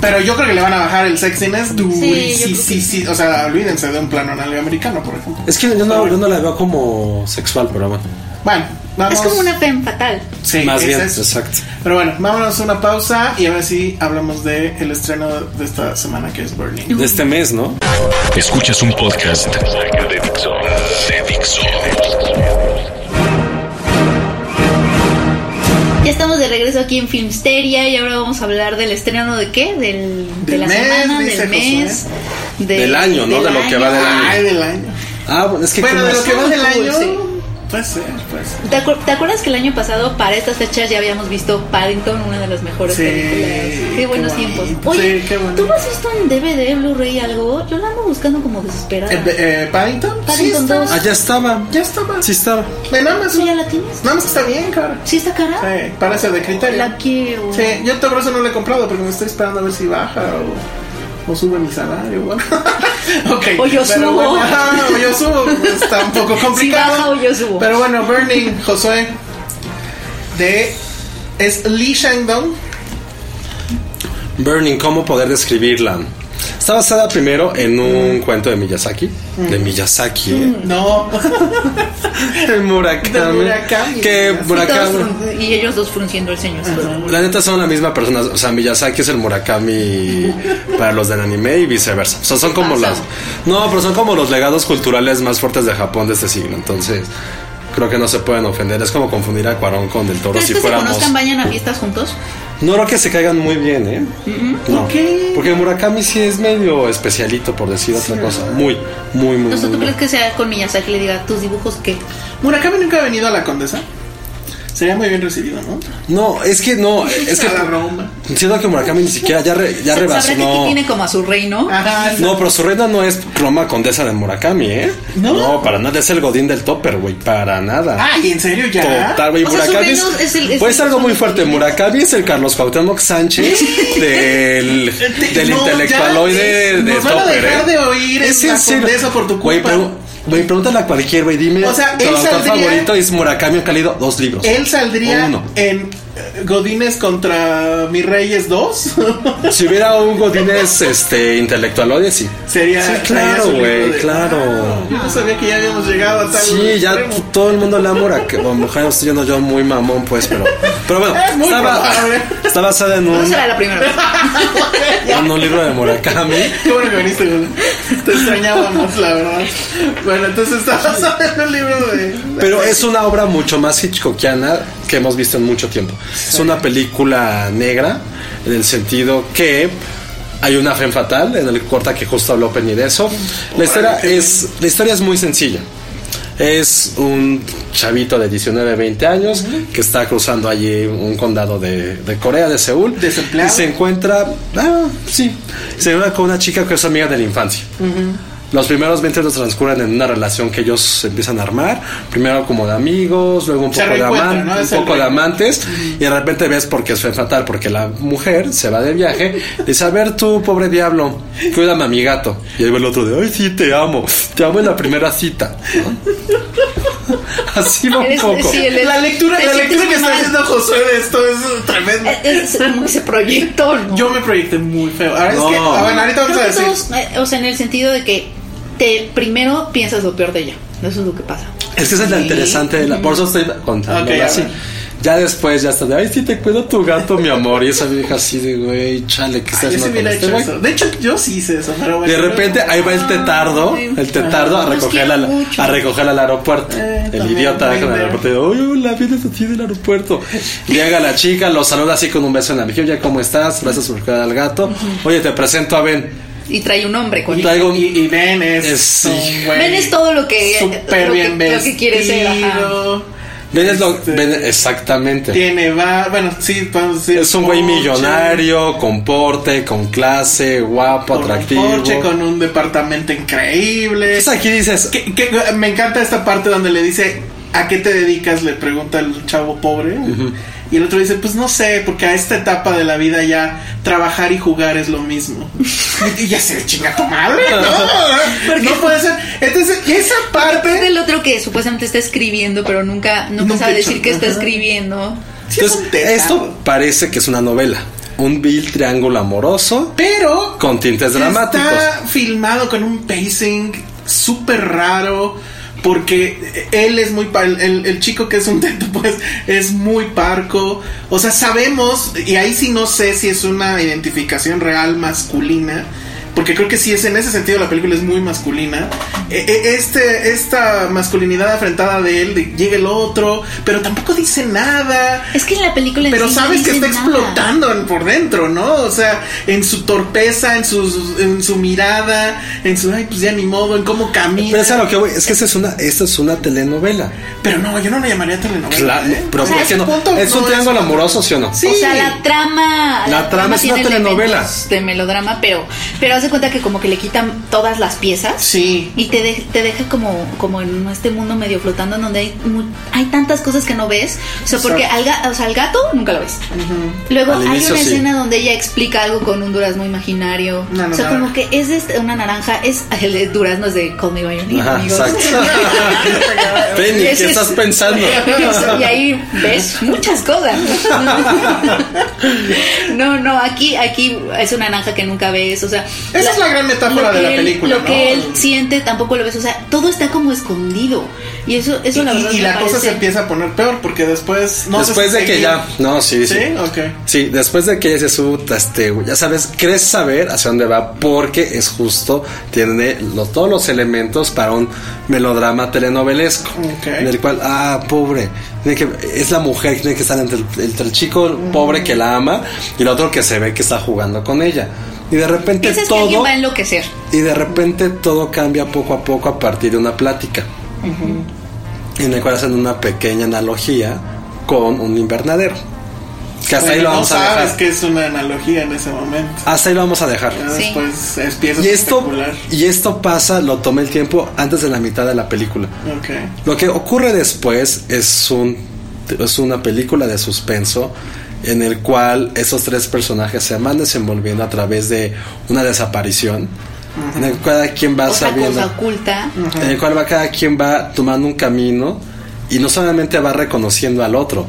[SPEAKER 3] pero yo creo que le van a bajar el sexiness
[SPEAKER 2] Sí,
[SPEAKER 3] durísimo.
[SPEAKER 2] yo
[SPEAKER 3] Sí,
[SPEAKER 2] creo que
[SPEAKER 3] sí, sí. O sea, olvídense de un plano americano, por ejemplo.
[SPEAKER 1] Es que yo no, yo no la veo como sexual, pero bueno.
[SPEAKER 3] Bueno, vamos.
[SPEAKER 2] Es como una femme fatal.
[SPEAKER 3] Sí,
[SPEAKER 1] Más
[SPEAKER 3] es
[SPEAKER 1] bien,
[SPEAKER 3] eso.
[SPEAKER 1] exacto.
[SPEAKER 3] Pero bueno, vámonos a una pausa y a ver si hablamos de el estreno de esta semana que es Burning.
[SPEAKER 1] De este mes, ¿no?
[SPEAKER 4] Escuchas un podcast de Dixo. De Dixo.
[SPEAKER 2] Ya estamos de regreso aquí en Filmsteria y ahora vamos a hablar del estreno de qué? Del, de
[SPEAKER 3] Del
[SPEAKER 2] la
[SPEAKER 3] mes,
[SPEAKER 2] semana,
[SPEAKER 3] dice
[SPEAKER 2] del mes. de-
[SPEAKER 1] Del año, ¿no? De lo que va del año.
[SPEAKER 3] Ay, del año.
[SPEAKER 1] Ah, bueno, es que.
[SPEAKER 3] Bueno,
[SPEAKER 1] ¿qué
[SPEAKER 3] de
[SPEAKER 1] más?
[SPEAKER 3] lo que va del año.
[SPEAKER 2] Sí.
[SPEAKER 3] Puede ser, puede ser.
[SPEAKER 2] ¿Te, acuer- te acuerdas que el año pasado, para estas fechas, ya habíamos visto Paddington, una de las mejores
[SPEAKER 3] Sí,
[SPEAKER 2] películas? Qué
[SPEAKER 3] qué
[SPEAKER 2] buenos
[SPEAKER 3] bonito.
[SPEAKER 2] tiempos. Oye,
[SPEAKER 3] Sí, qué bonito.
[SPEAKER 2] ¿tú no has visto en DVD, Blu-ray, algo? Yo la ando buscando como desesperada.
[SPEAKER 3] Eh, eh, ¿Paddington?
[SPEAKER 2] Paddington
[SPEAKER 3] está.
[SPEAKER 2] dos.
[SPEAKER 1] Ah, ya estaba.
[SPEAKER 3] Ya estaba.
[SPEAKER 1] Sí estaba.
[SPEAKER 3] En
[SPEAKER 2] ¿Tú
[SPEAKER 3] Amazon.
[SPEAKER 2] ya la tienes?
[SPEAKER 3] Nada más que está bien, cara.
[SPEAKER 2] ¿Sí está cara?
[SPEAKER 3] Sí, parece de criterio.
[SPEAKER 2] La quiero.
[SPEAKER 3] Sí, yo todo eso no lo he comprado porque me estoy esperando a ver si baja o, o sube mi salario. bueno. okay,
[SPEAKER 2] O yo
[SPEAKER 3] pero
[SPEAKER 2] subo.
[SPEAKER 3] bueno, ajá, o yo subo. pues, Está un poco complicado.
[SPEAKER 2] baja o yo subo.
[SPEAKER 3] Pero bueno, Burning, Josué, de... Es Lee Shangdong.
[SPEAKER 1] Burning, ¿cómo poder describirla? Está basada primero en
[SPEAKER 2] Mm.
[SPEAKER 1] un cuento de Miyazaki. De Miyazaki, ¿eh?
[SPEAKER 3] No,
[SPEAKER 1] De Murakami.
[SPEAKER 3] De Murakami.
[SPEAKER 1] Que
[SPEAKER 3] Y
[SPEAKER 2] Y, todos
[SPEAKER 1] Murakami.
[SPEAKER 2] frun- y ellos dos frunciendo el ceño.
[SPEAKER 1] La neta son la misma persona. O sea, Miyazaki es el Murakami para los del anime y viceversa. O sea, son como
[SPEAKER 2] pasa?
[SPEAKER 1] las. No, pero son como los legados culturales más fuertes de Japón de este siglo. Entonces, creo que no se pueden ofender. Es como confundir a Cuarón con del toro
[SPEAKER 2] ¿Crees
[SPEAKER 1] si
[SPEAKER 2] que se
[SPEAKER 1] fuéramos.
[SPEAKER 2] conozcan, vayan a fiestas juntos?
[SPEAKER 1] No creo que se caigan muy bien, ¿eh? No.
[SPEAKER 3] ¿Por qué?
[SPEAKER 1] Porque Murakami sí es medio especialito, por decir otra cosa. Muy, muy, muy,
[SPEAKER 2] O sea,
[SPEAKER 1] muy.
[SPEAKER 2] ¿tú
[SPEAKER 1] muy.
[SPEAKER 2] crees que sea con Miyazaki le diga tus dibujos qué?
[SPEAKER 3] Murakami nunca ha venido a la condesa. Sería muy bien recibido, ¿no?
[SPEAKER 1] No, es que no. Es que.
[SPEAKER 3] a la Roma.
[SPEAKER 1] Siento que Murakami ni siquiera ya, re- ya rebasó.
[SPEAKER 2] Sabrá que aquí
[SPEAKER 1] No.
[SPEAKER 2] tiene como a su reino.
[SPEAKER 3] Ajá,
[SPEAKER 1] No, pero su reina no es Roma Condesa de Murakami, ¿eh?
[SPEAKER 3] ¿No?
[SPEAKER 1] para nada. Es el Godín del Topper, güey. Para nada.
[SPEAKER 3] Ay, ¿en serio ya?
[SPEAKER 1] Total, güey.
[SPEAKER 2] Ah, O sea, su
[SPEAKER 1] Murakami es,
[SPEAKER 2] reino es el- es
[SPEAKER 1] pues
[SPEAKER 2] el-
[SPEAKER 1] algo
[SPEAKER 2] son
[SPEAKER 1] muy
[SPEAKER 2] los
[SPEAKER 1] fuerte.
[SPEAKER 2] godines.
[SPEAKER 1] Murakami es el Carlos Cuauhtémoc Sánchez del, del
[SPEAKER 3] Este, No,
[SPEAKER 1] intelectualoide
[SPEAKER 3] ya,
[SPEAKER 1] de
[SPEAKER 3] nos van a
[SPEAKER 1] Topper,
[SPEAKER 3] dejar
[SPEAKER 1] ¿eh?
[SPEAKER 3] de oír
[SPEAKER 1] Es
[SPEAKER 3] en
[SPEAKER 1] en
[SPEAKER 3] la
[SPEAKER 1] serio.
[SPEAKER 3] condesa por tu
[SPEAKER 1] Güey,
[SPEAKER 3] culpa.
[SPEAKER 1] pregu- güey, pregúntale a cualquier güey. Dime,
[SPEAKER 3] O sea,
[SPEAKER 1] tu
[SPEAKER 3] él
[SPEAKER 1] autor
[SPEAKER 3] saldría-
[SPEAKER 1] favorito es Murakami o Cálido. Dos libros.
[SPEAKER 3] Él saldría
[SPEAKER 1] O uno.
[SPEAKER 3] en eh, Godines contra Mi Reyes 2.
[SPEAKER 1] Si hubiera un Godínez este, intelectualoide, sí.
[SPEAKER 3] Sería.
[SPEAKER 1] Sí,
[SPEAKER 3] traía
[SPEAKER 1] claro,
[SPEAKER 3] su libro
[SPEAKER 1] güey,
[SPEAKER 3] de-
[SPEAKER 1] claro.
[SPEAKER 3] Yo no sabía que ya habíamos llegado a tal.
[SPEAKER 1] Sí, ya
[SPEAKER 3] extremo.
[SPEAKER 1] t- todo el mundo la amora. Que, bueno, ojalá no estoy yendo yo muy mamón, pues, pero. Pero bueno,
[SPEAKER 3] Es muy
[SPEAKER 1] está, ba-
[SPEAKER 3] probable.
[SPEAKER 1] está basada en
[SPEAKER 2] No
[SPEAKER 1] un,
[SPEAKER 2] será la primera vez.
[SPEAKER 1] en un libro de Murakami.
[SPEAKER 3] Qué bueno que viniste, güey. Te extrañábamos, la verdad. Bueno, entonces está basado en un libro de.
[SPEAKER 1] Pero es una obra mucho más hitchcockiana que hemos visto en mucho tiempo. Es una película negra en el sentido que hay una fe fatal en el corta que justo habló Penny de eso. La historia es, la historia es muy sencilla. Es un chavito de 19, 20 años que está cruzando allí un condado de, de Corea, de Seúl.
[SPEAKER 3] Desempleado.
[SPEAKER 1] Y se encuentra, ah, sí, se encuentra con una chica que es amiga de la infancia. Los primeros 20 los transcurren en una relación que ellos empiezan a armar, primero como de amigos, luego un
[SPEAKER 3] Se
[SPEAKER 1] poco, de,
[SPEAKER 3] reencuentran,
[SPEAKER 1] aman-
[SPEAKER 3] ¿no?
[SPEAKER 1] un
[SPEAKER 3] Es el
[SPEAKER 1] poco de
[SPEAKER 3] reencuentro.
[SPEAKER 1] amantes y de repente ves porque es fatal, porque la mujer se va de viaje, dice, a ver tú, pobre diablo, cuídame a mi gato. Y ahí va el otro de, ay, sí, te amo, te amo en la primera cita. ¿no? Así va un
[SPEAKER 2] Eres-
[SPEAKER 1] poco.
[SPEAKER 2] sí, el-
[SPEAKER 3] La lectura,
[SPEAKER 2] te
[SPEAKER 3] la
[SPEAKER 2] sientes
[SPEAKER 3] lectura que está
[SPEAKER 2] mal.
[SPEAKER 3] haciendo Josué de esto es tremenda.
[SPEAKER 2] Es es como ese proyecto, ¿no?
[SPEAKER 3] Yo me proyecté muy feo. Ahora es
[SPEAKER 1] No.
[SPEAKER 3] que, ah, bueno, ahorita vamos
[SPEAKER 2] Creo
[SPEAKER 3] a
[SPEAKER 2] que
[SPEAKER 3] decir.
[SPEAKER 2] todos, eh, o sea, en el sentido de que te primero piensas lo peor de ella. Eso es lo que pasa.
[SPEAKER 1] Es que eso es lo
[SPEAKER 2] Sí.
[SPEAKER 1] interesante de la. Por eso estoy contando
[SPEAKER 3] Ok,
[SPEAKER 1] así.
[SPEAKER 3] ahora.
[SPEAKER 1] Ya después ya está de, ay, sí te cuido tu gato, mi amor. Y esa vieja así de, güey, chale, ¿qué
[SPEAKER 3] Yo
[SPEAKER 1] estás
[SPEAKER 3] sí
[SPEAKER 1] haciendo con
[SPEAKER 3] hubiera
[SPEAKER 1] este
[SPEAKER 3] hecho
[SPEAKER 1] güey?"
[SPEAKER 3] eso. De hecho, yo sí hice eso, pero bueno.
[SPEAKER 1] De repente ahí va el tetardo, el tetardo a
[SPEAKER 2] Los
[SPEAKER 1] recogerla,
[SPEAKER 2] quiero
[SPEAKER 1] al-
[SPEAKER 2] mucho.
[SPEAKER 1] a recogerla al aeropuerto.
[SPEAKER 3] Eh,
[SPEAKER 1] el
[SPEAKER 3] también,
[SPEAKER 1] idiota deja en el
[SPEAKER 3] Wilmer.
[SPEAKER 1] aeropuerto. Oye, hola, vienes así del aeropuerto. Llega la chica, lo saluda así con un beso en la mejilla. Oye, ¿cómo estás? Gracias por cuidar al gato. Oye, te presento a Ben.
[SPEAKER 2] Y trae un hombre con
[SPEAKER 1] Y traigo
[SPEAKER 3] Y, y Ben es.
[SPEAKER 1] Es-
[SPEAKER 3] un güey
[SPEAKER 2] Ben es todo lo que-
[SPEAKER 3] Súper
[SPEAKER 2] lo que-
[SPEAKER 3] bien
[SPEAKER 2] lo que quiere ser, ajá.
[SPEAKER 3] vestido,
[SPEAKER 1] Ben es lo-
[SPEAKER 3] este,
[SPEAKER 1] Ben- exactamente.
[SPEAKER 3] Tiene va. Bueno, sí, vamos a decir.
[SPEAKER 1] Es un güey
[SPEAKER 3] Porsche,
[SPEAKER 1] millonario, con porte, con clase, guapo,
[SPEAKER 3] con un
[SPEAKER 1] atractivo.
[SPEAKER 3] Porsche, con un departamento increíble.
[SPEAKER 1] Entonces aquí dices,
[SPEAKER 3] Que- que- me encanta esta parte donde le dice, ¿a qué te dedicas? Le pregunta el chavo pobre. Y el otro dice, pues no sé, porque a esta etapa de la vida ya trabajar y jugar es lo mismo. y ya se chinga tu madre, ¿no? no puede ser. Entonces,
[SPEAKER 2] Es
[SPEAKER 3] esa parte...
[SPEAKER 2] el otro que supuestamente está escribiendo, pero nunca, nunca
[SPEAKER 3] Nunca
[SPEAKER 2] sabe
[SPEAKER 3] he hecho-
[SPEAKER 2] decir que está
[SPEAKER 3] Ajá.
[SPEAKER 2] escribiendo.
[SPEAKER 3] sí es un
[SPEAKER 1] Entonces, esto
[SPEAKER 3] testardo.
[SPEAKER 1] parece que es una novela. Un vil triángulo amoroso
[SPEAKER 3] Pero...
[SPEAKER 1] con tintes dramáticos.
[SPEAKER 3] Está filmado con un pacing súper raro. Porque él es muy. pa- El, el chico que es un teto, pues, es muy parco. O sea, sabemos. Y ahí sí no sé si es una identificación real masculina. Porque creo que sí es en ese sentido la película es muy masculina. E- e- Este, esta masculinidad afrentada de él, de llega el otro, pero tampoco dice nada.
[SPEAKER 2] Es que en la película en
[SPEAKER 3] Pero
[SPEAKER 2] sí no
[SPEAKER 3] sabes que
[SPEAKER 2] dice
[SPEAKER 3] está
[SPEAKER 2] nada.
[SPEAKER 3] explotando en- por dentro, ¿no? O sea, en su torpeza, en, sus, en su mirada, en su, ay, pues ya ni modo, en cómo camina.
[SPEAKER 1] Pero es a lo que voy, es que esta es una, esta es una telenovela.
[SPEAKER 3] Pero no, yo no lo llamaría telenovela.
[SPEAKER 1] Claro,
[SPEAKER 3] ¿eh?
[SPEAKER 1] Pues pero
[SPEAKER 2] O sea,
[SPEAKER 1] ¿por qué
[SPEAKER 2] ese
[SPEAKER 1] no?
[SPEAKER 3] punto
[SPEAKER 1] Es
[SPEAKER 3] no
[SPEAKER 1] un
[SPEAKER 3] es-
[SPEAKER 1] triángulo amoroso, ¿sí o no?
[SPEAKER 3] Sí.
[SPEAKER 2] O sea, la trama.
[SPEAKER 1] La trama es una
[SPEAKER 2] tiene
[SPEAKER 1] telenovela.
[SPEAKER 2] elementos De melodrama, pero, pero hace cuenta que como que le quitan todas las piezas.
[SPEAKER 3] Sí.
[SPEAKER 2] Y te, de- te deja como, como en este mundo medio flotando en donde hay, mu- hay tantas cosas que no ves. O sea, porque al, ga- o sea, al gato nunca lo ves. Luego
[SPEAKER 1] Al
[SPEAKER 2] hay
[SPEAKER 1] inicio,
[SPEAKER 2] una
[SPEAKER 1] sí.
[SPEAKER 2] escena donde ella explica algo con un durazno imaginario.
[SPEAKER 3] Una
[SPEAKER 2] o sea,
[SPEAKER 3] naranja.
[SPEAKER 2] como que es de este- una naranja, es el de durazno es de Call Me By Your Name,
[SPEAKER 1] Ajá,
[SPEAKER 2] amigos.
[SPEAKER 1] exacto. Penny,
[SPEAKER 2] Ese
[SPEAKER 1] ¿qué
[SPEAKER 2] es-
[SPEAKER 1] estás pensando?
[SPEAKER 2] Eso, y ahí ves muchas cosas. No, no, aquí, aquí es una naranja que nunca ves. O sea,
[SPEAKER 3] Esa es la gran
[SPEAKER 2] lo
[SPEAKER 3] metáfora
[SPEAKER 2] que
[SPEAKER 3] de la
[SPEAKER 2] él-
[SPEAKER 3] película,
[SPEAKER 2] Lo
[SPEAKER 3] ¿no?
[SPEAKER 2] que él siente tampoco lo ves. O sea, todo está como escondido. Y eso, eso la
[SPEAKER 3] Y-
[SPEAKER 2] verdad.
[SPEAKER 3] y,
[SPEAKER 2] me
[SPEAKER 3] la cosa se
[SPEAKER 2] parece-
[SPEAKER 3] empieza a poner peor porque después. No sé
[SPEAKER 1] después
[SPEAKER 3] si
[SPEAKER 1] de que
[SPEAKER 3] seguir.
[SPEAKER 1] ya, no, sí, sí.
[SPEAKER 3] Sí, ok.
[SPEAKER 1] Sí, después de que se suba, este, güey, ya sabes, crees saber hacia dónde va porque es justo, tiene lo- todos los elementos para un melodrama telenovelesco.
[SPEAKER 3] Ok.
[SPEAKER 1] En el cual, ah, pobre, tiene que- es la mujer que tiene que estar entre el, entre el chico
[SPEAKER 2] Mm.
[SPEAKER 1] pobre que la ama y el otro que se ve que está jugando con ella. Y de repente
[SPEAKER 2] Piensas que alguien
[SPEAKER 1] todo,
[SPEAKER 2] va a enloquecer.
[SPEAKER 1] y de repente todo cambia poco a poco a partir de una plática. En el cual hacen una pequeña analogía con un invernadero. Que hasta ahí
[SPEAKER 3] Bueno,
[SPEAKER 1] lo vamos
[SPEAKER 3] no
[SPEAKER 1] a dejar.
[SPEAKER 3] sabes que Ah, es una analogía en ese momento.
[SPEAKER 1] Hasta ahí lo vamos a dejar.
[SPEAKER 3] Ya
[SPEAKER 2] Sí.
[SPEAKER 3] Después empiezas
[SPEAKER 1] Y
[SPEAKER 3] a
[SPEAKER 1] esto,
[SPEAKER 3] especular.
[SPEAKER 1] y esto pasa, lo tomé el tiempo antes de la mitad de la película.
[SPEAKER 3] Ok.
[SPEAKER 1] Lo que ocurre después es, un, es una película de suspenso en el cual esos tres personajes se van desenvolviendo a través de una desaparición. En el cual cada quien va
[SPEAKER 3] Ah,
[SPEAKER 2] Otra
[SPEAKER 1] sabiendo.
[SPEAKER 2] cosa oculta.
[SPEAKER 1] En el cual va cada quien va tomando un camino y no solamente va reconociendo al otro,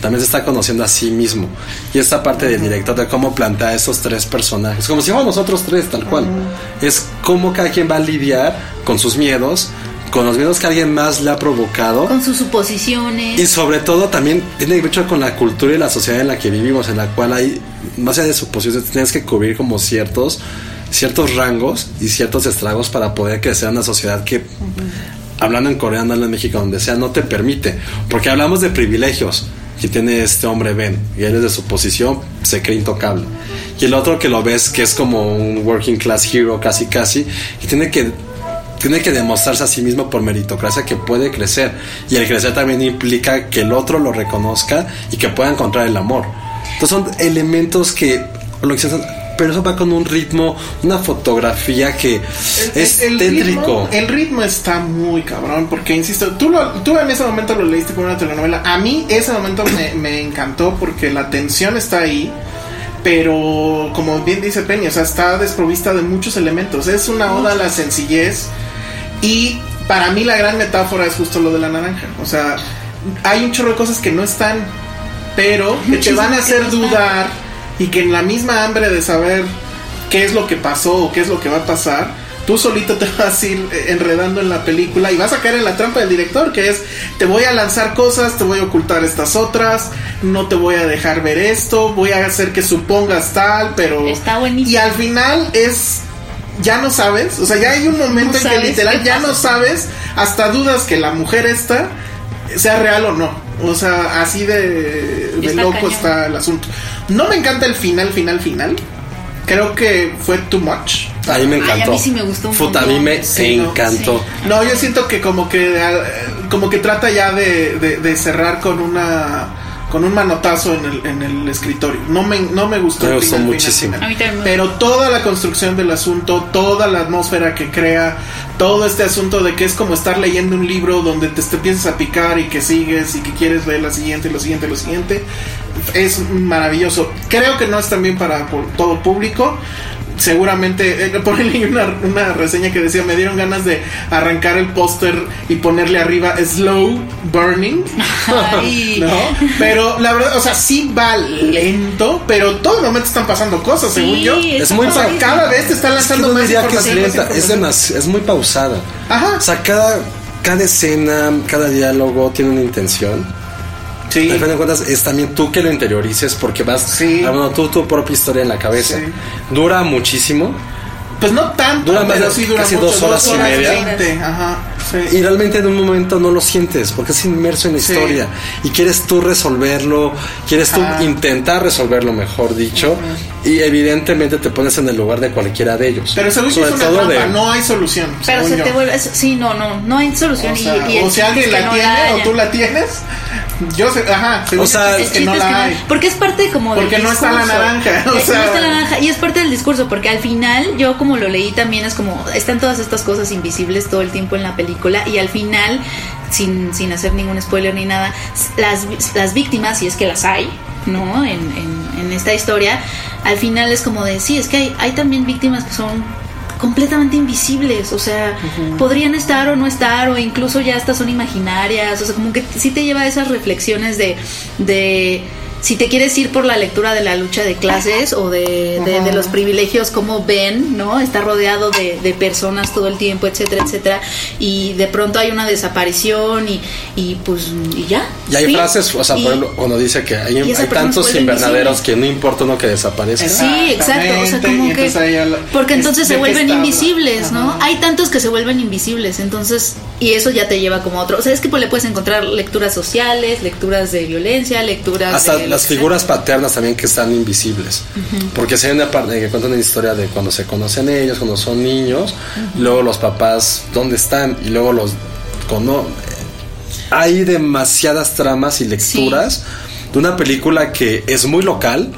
[SPEAKER 1] también se está conociendo a sí mismo. Y esta parte del director de cómo plantea esos tres personajes, como si fuéramos nosotros tres, tal cual. Es cómo cada quien va a lidiar con sus miedos, con los miedos que alguien más le ha provocado.
[SPEAKER 2] Con sus suposiciones.
[SPEAKER 1] Y sobre todo también tiene mucho con la cultura y la sociedad en la que vivimos, en la cual hay, más allá de suposiciones, tienes que cubrir como ciertos ciertos rangos y ciertos estragos para poder crecer en una sociedad que, hablando en Corea, hablando en México, donde sea, no te permite. Porque hablamos de privilegios que tiene este hombre Ben, y él desde su posición se cree intocable. Y el otro que lo ves que es como un working class hero casi casi, y tiene que tiene que demostrarse a sí mismo por meritocracia que puede crecer. Y el crecer también implica que el otro lo reconozca y que pueda encontrar el amor. Entonces son elementos que lo que se hacen, pero eso va con un ritmo, una fotografía que es tétrico.
[SPEAKER 3] Ritmo, el ritmo está muy cabrón, porque insisto, tú, lo- tú en ese momento lo leíste como una telenovela. A mí ese momento me, me encantó porque la tensión está ahí, pero como bien dice Penny, o sea, está desprovista de muchos elementos. Es una oda a la sencillez y para mí la gran metáfora es justo lo de la naranja. O sea, hay un chorro de cosas que no están, pero que te
[SPEAKER 2] Muchísimas
[SPEAKER 3] van a
[SPEAKER 2] que
[SPEAKER 3] hacer
[SPEAKER 2] no están.
[SPEAKER 3] dudar y que en la misma hambre de saber qué es lo que pasó o qué es lo que va a pasar, tú solito te vas a ir eh, enredando en la película y vas a caer en la trampa del director, que es te voy a lanzar cosas, te voy a ocultar estas otras, no te voy a dejar ver esto, voy a hacer que supongas tal, pero...
[SPEAKER 2] Está buenísimo.
[SPEAKER 3] Y al final es... Ya no sabes, o sea, ya hay un
[SPEAKER 2] No
[SPEAKER 3] momento en que
[SPEAKER 2] sabes
[SPEAKER 3] literal
[SPEAKER 2] qué
[SPEAKER 3] ya
[SPEAKER 2] pasa.
[SPEAKER 3] no sabes, hasta dudas que la mujer esta sea real o no. O sea, así de, de
[SPEAKER 2] Está
[SPEAKER 3] loco
[SPEAKER 2] cañón.
[SPEAKER 3] está el asunto. No me encanta el final, final, final. Creo que fue too much.
[SPEAKER 1] A mí me
[SPEAKER 2] Ay,
[SPEAKER 1] encantó.
[SPEAKER 2] a mí sí me gustó un
[SPEAKER 1] Puta, a mí
[SPEAKER 2] montón.
[SPEAKER 1] me
[SPEAKER 3] Sí, no,
[SPEAKER 1] encantó.
[SPEAKER 3] No, yo siento que como que eh, como que trata ya de, de- de cerrar con una con un manotazo en el, en el escritorio. No me, no me gustó.
[SPEAKER 1] Me
[SPEAKER 3] el
[SPEAKER 1] gustó muchísimo.
[SPEAKER 2] A mí también me
[SPEAKER 3] Pero toda la construcción del asunto, toda la atmósfera que crea, todo este asunto de que es como estar leyendo un libro donde te, te empiezas a picar y que sigues y que quieres leer la siguiente, lo siguiente, lo siguiente, es maravilloso. Creo que no es también para por todo público. Seguramente, eh, por ahí leí una, una reseña que decía, me dieron ganas de arrancar el póster y ponerle arriba Slow Burning.
[SPEAKER 2] Ay.
[SPEAKER 3] ¿No? Pero la verdad, o sea, sí va lento, pero todo el momento están pasando cosas,
[SPEAKER 2] Sí,
[SPEAKER 3] según yo.
[SPEAKER 2] es
[SPEAKER 1] muy
[SPEAKER 3] O sea,
[SPEAKER 1] padrísimo.
[SPEAKER 3] cada vez te están
[SPEAKER 1] Es que
[SPEAKER 3] lanzando
[SPEAKER 1] no
[SPEAKER 3] más
[SPEAKER 1] diría que es
[SPEAKER 3] información, más
[SPEAKER 1] lenta, es,
[SPEAKER 3] información.
[SPEAKER 1] demas- es muy pausada.
[SPEAKER 3] Ajá.
[SPEAKER 1] O sea, cada, cada escena, cada diálogo tiene una intención.
[SPEAKER 3] Sí.
[SPEAKER 1] Al final de cuentas, es también tú que lo interiorices porque vas
[SPEAKER 3] Sí.
[SPEAKER 1] armando tú tu propia historia en la cabeza.
[SPEAKER 3] Sí.
[SPEAKER 1] Dura muchísimo
[SPEAKER 3] Pues no tanto,
[SPEAKER 1] Dura más
[SPEAKER 3] pero
[SPEAKER 1] de
[SPEAKER 3] sí dura
[SPEAKER 1] casi
[SPEAKER 3] mucho,
[SPEAKER 1] dos horas y media.
[SPEAKER 3] veinte, Ajá. sí.
[SPEAKER 1] y realmente en un momento no lo sientes porque es inmerso en la
[SPEAKER 3] Sí.
[SPEAKER 1] historia y quieres tú resolverlo, quieres tú
[SPEAKER 3] Ajá.
[SPEAKER 1] intentar resolverlo, mejor dicho, y evidentemente te pones en el lugar de cualquiera de ellos.
[SPEAKER 3] Pero según yo es
[SPEAKER 1] Sobre
[SPEAKER 3] una
[SPEAKER 1] todo
[SPEAKER 3] trampa,
[SPEAKER 1] de-
[SPEAKER 3] no hay solución.
[SPEAKER 2] Pero
[SPEAKER 3] según
[SPEAKER 2] se
[SPEAKER 3] yo.
[SPEAKER 2] te vuelve. es- Sí, no, no. No hay solución.
[SPEAKER 3] O
[SPEAKER 2] y-
[SPEAKER 3] sea,
[SPEAKER 2] y, el
[SPEAKER 3] o si alguien
[SPEAKER 2] chiste es
[SPEAKER 3] la
[SPEAKER 2] que no
[SPEAKER 3] tiene o
[SPEAKER 2] haya.
[SPEAKER 3] tú la tienes, yo sé, ajá, según
[SPEAKER 1] O
[SPEAKER 3] yo
[SPEAKER 1] sea,
[SPEAKER 3] el
[SPEAKER 2] El
[SPEAKER 3] chiste es que
[SPEAKER 2] chiste
[SPEAKER 3] no
[SPEAKER 2] es que
[SPEAKER 3] la
[SPEAKER 2] no-
[SPEAKER 3] hay.
[SPEAKER 2] Porque es parte como del
[SPEAKER 3] Porque no está la
[SPEAKER 2] discurso.
[SPEAKER 3] naranja, o
[SPEAKER 2] Eh,
[SPEAKER 3] sea.
[SPEAKER 2] no está la naranja y es parte del discurso porque al final yo como lo leí también es como están todas estas cosas invisibles todo el tiempo en la película y al final sin, sin hacer ningún spoiler ni nada las, las víctimas si es que las hay no en, en- en esta historia al final es como de sí es que hay, hay también víctimas que son completamente invisibles, o sea, podrían estar o no estar, o incluso ya estas son imaginarias, o sea, como que sí te lleva a esas reflexiones de, de si te quieres ir por la lectura de la lucha de clases o de, de- de los privilegios, como ven, ¿no? Está rodeado de, de personas todo el tiempo, etcétera, etcétera, y de pronto hay una desaparición y, y pues, y ya.
[SPEAKER 1] Y hay
[SPEAKER 2] fin.
[SPEAKER 1] frases, o sea,
[SPEAKER 2] Y-
[SPEAKER 1] por ejemplo, cuando dice que hay,
[SPEAKER 2] y esa
[SPEAKER 1] hay
[SPEAKER 2] persona
[SPEAKER 1] tantos
[SPEAKER 2] se vuelve
[SPEAKER 1] invernaderos
[SPEAKER 2] invisible.
[SPEAKER 1] que no importa uno que desaparezca.
[SPEAKER 2] Sí, exacto. O sea,
[SPEAKER 3] Exactamente,
[SPEAKER 2] como
[SPEAKER 3] y
[SPEAKER 2] que.
[SPEAKER 3] entonces ahí ya la-
[SPEAKER 2] porque
[SPEAKER 3] es-
[SPEAKER 2] entonces se
[SPEAKER 3] ¿de qué
[SPEAKER 2] vuelven
[SPEAKER 3] está
[SPEAKER 2] invisibles,
[SPEAKER 3] hablando?
[SPEAKER 2] ¿no?
[SPEAKER 3] Ajá.
[SPEAKER 2] Hay tantos que se vuelven invisibles, entonces. Y eso ya te lleva como a otro. O sea, es que pues, le puedes encontrar lecturas sociales, lecturas de violencia, lecturas.
[SPEAKER 1] Hasta
[SPEAKER 2] de-
[SPEAKER 1] las figuras paternas también que están invisibles. Porque si hay una parte que cuentan una historia de cuando se conocen ellos, cuando son niños, luego los papás, ¿dónde están? Y luego los... cono- Hay demasiadas tramas y lecturas de una película que es muy local.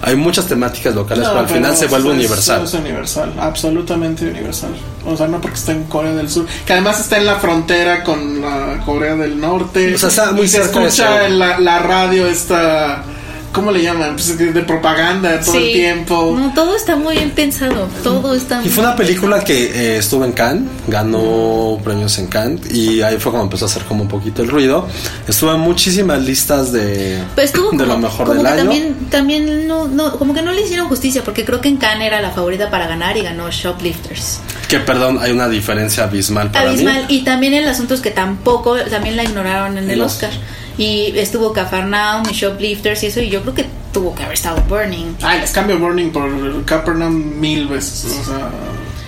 [SPEAKER 1] Hay muchas temáticas locales,
[SPEAKER 3] No,
[SPEAKER 1] pero al final se vuelve
[SPEAKER 3] es-
[SPEAKER 1] universal.
[SPEAKER 3] Es universal, absolutamente universal. O sea, no porque está en Corea del Sur, que además está en la frontera con la Corea del Norte.
[SPEAKER 1] O sea, está muy
[SPEAKER 3] y se
[SPEAKER 1] cerca de
[SPEAKER 3] escucha
[SPEAKER 1] Seúl.
[SPEAKER 3] la, la radio esta ¿cómo le llaman? Pues, de de propaganda todo el
[SPEAKER 2] Sí. Mm.
[SPEAKER 3] tiempo.
[SPEAKER 2] No, todo está muy bien pensado. Todo está
[SPEAKER 1] Y
[SPEAKER 2] muy.
[SPEAKER 1] fue una película que eh, estuvo en Cannes, ganó premios en Cannes y ahí fue cuando empezó a hacer como un poquito el ruido. Estuvo en muchísimas listas de,
[SPEAKER 2] Pues estuvo
[SPEAKER 1] de
[SPEAKER 2] como,
[SPEAKER 1] lo mejor
[SPEAKER 2] como
[SPEAKER 1] del
[SPEAKER 2] que
[SPEAKER 1] año.
[SPEAKER 2] también, también no, no, como que no le hicieron justicia, porque creo que en Cannes era la favorita para ganar y ganó Shoplifters.
[SPEAKER 1] Que perdón, hay una diferencia abismal para
[SPEAKER 2] abismal
[SPEAKER 1] mí.
[SPEAKER 2] y también el asunto es que tampoco también la ignoraron en el
[SPEAKER 1] No.
[SPEAKER 2] Oscar y estuvo Cafarnaum y Shoplifters y eso y yo creo que tuvo que haber estado Burning.
[SPEAKER 3] Ah, les cambio Burning por Capernaum mil veces. O sea,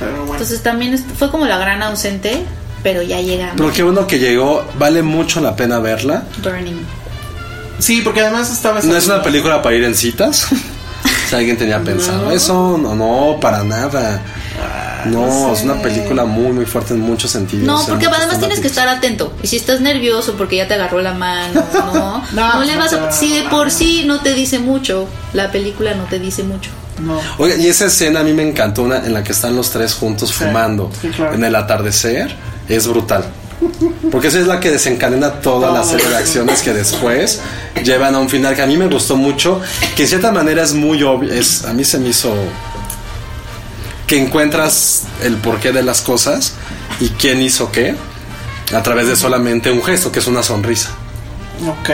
[SPEAKER 3] pero bueno.
[SPEAKER 2] Entonces también es- fue como la gran ausente, pero ya llega
[SPEAKER 1] Pero qué bueno que llegó, vale mucho la pena verla.
[SPEAKER 2] Burning.
[SPEAKER 3] sí, porque además estaba.
[SPEAKER 1] No es una película para ir en citas. si alguien tenía pensado eso, no, no, para nada. No, es una película muy, muy fuerte en muchos sentidos.
[SPEAKER 2] Ah, No,
[SPEAKER 1] en
[SPEAKER 2] porque
[SPEAKER 1] muchas
[SPEAKER 2] además tienes que
[SPEAKER 1] temáticas.
[SPEAKER 2] estar atento. Y si estás nervioso porque ya te agarró la mano, no,
[SPEAKER 3] No,
[SPEAKER 2] no, le
[SPEAKER 3] no
[SPEAKER 2] vas
[SPEAKER 3] te va
[SPEAKER 2] a. Si de
[SPEAKER 3] a-
[SPEAKER 2] por sí no te dice mucho, la película no te dice mucho.
[SPEAKER 3] No.
[SPEAKER 1] Oiga, y esa escena a mí me encantó, una en la que están los tres juntos
[SPEAKER 3] Sí,
[SPEAKER 1] fumando
[SPEAKER 3] sí, claro.
[SPEAKER 1] en el atardecer, es brutal. Porque esa es la que desencadena toda la serie de acciones que después llevan a un final que a mí me gustó mucho, que en cierta manera es muy obvio, es, a mí se me hizo que encuentras el porqué de las cosas y quién hizo qué a través de solamente un gesto, que es una sonrisa.
[SPEAKER 3] Ok.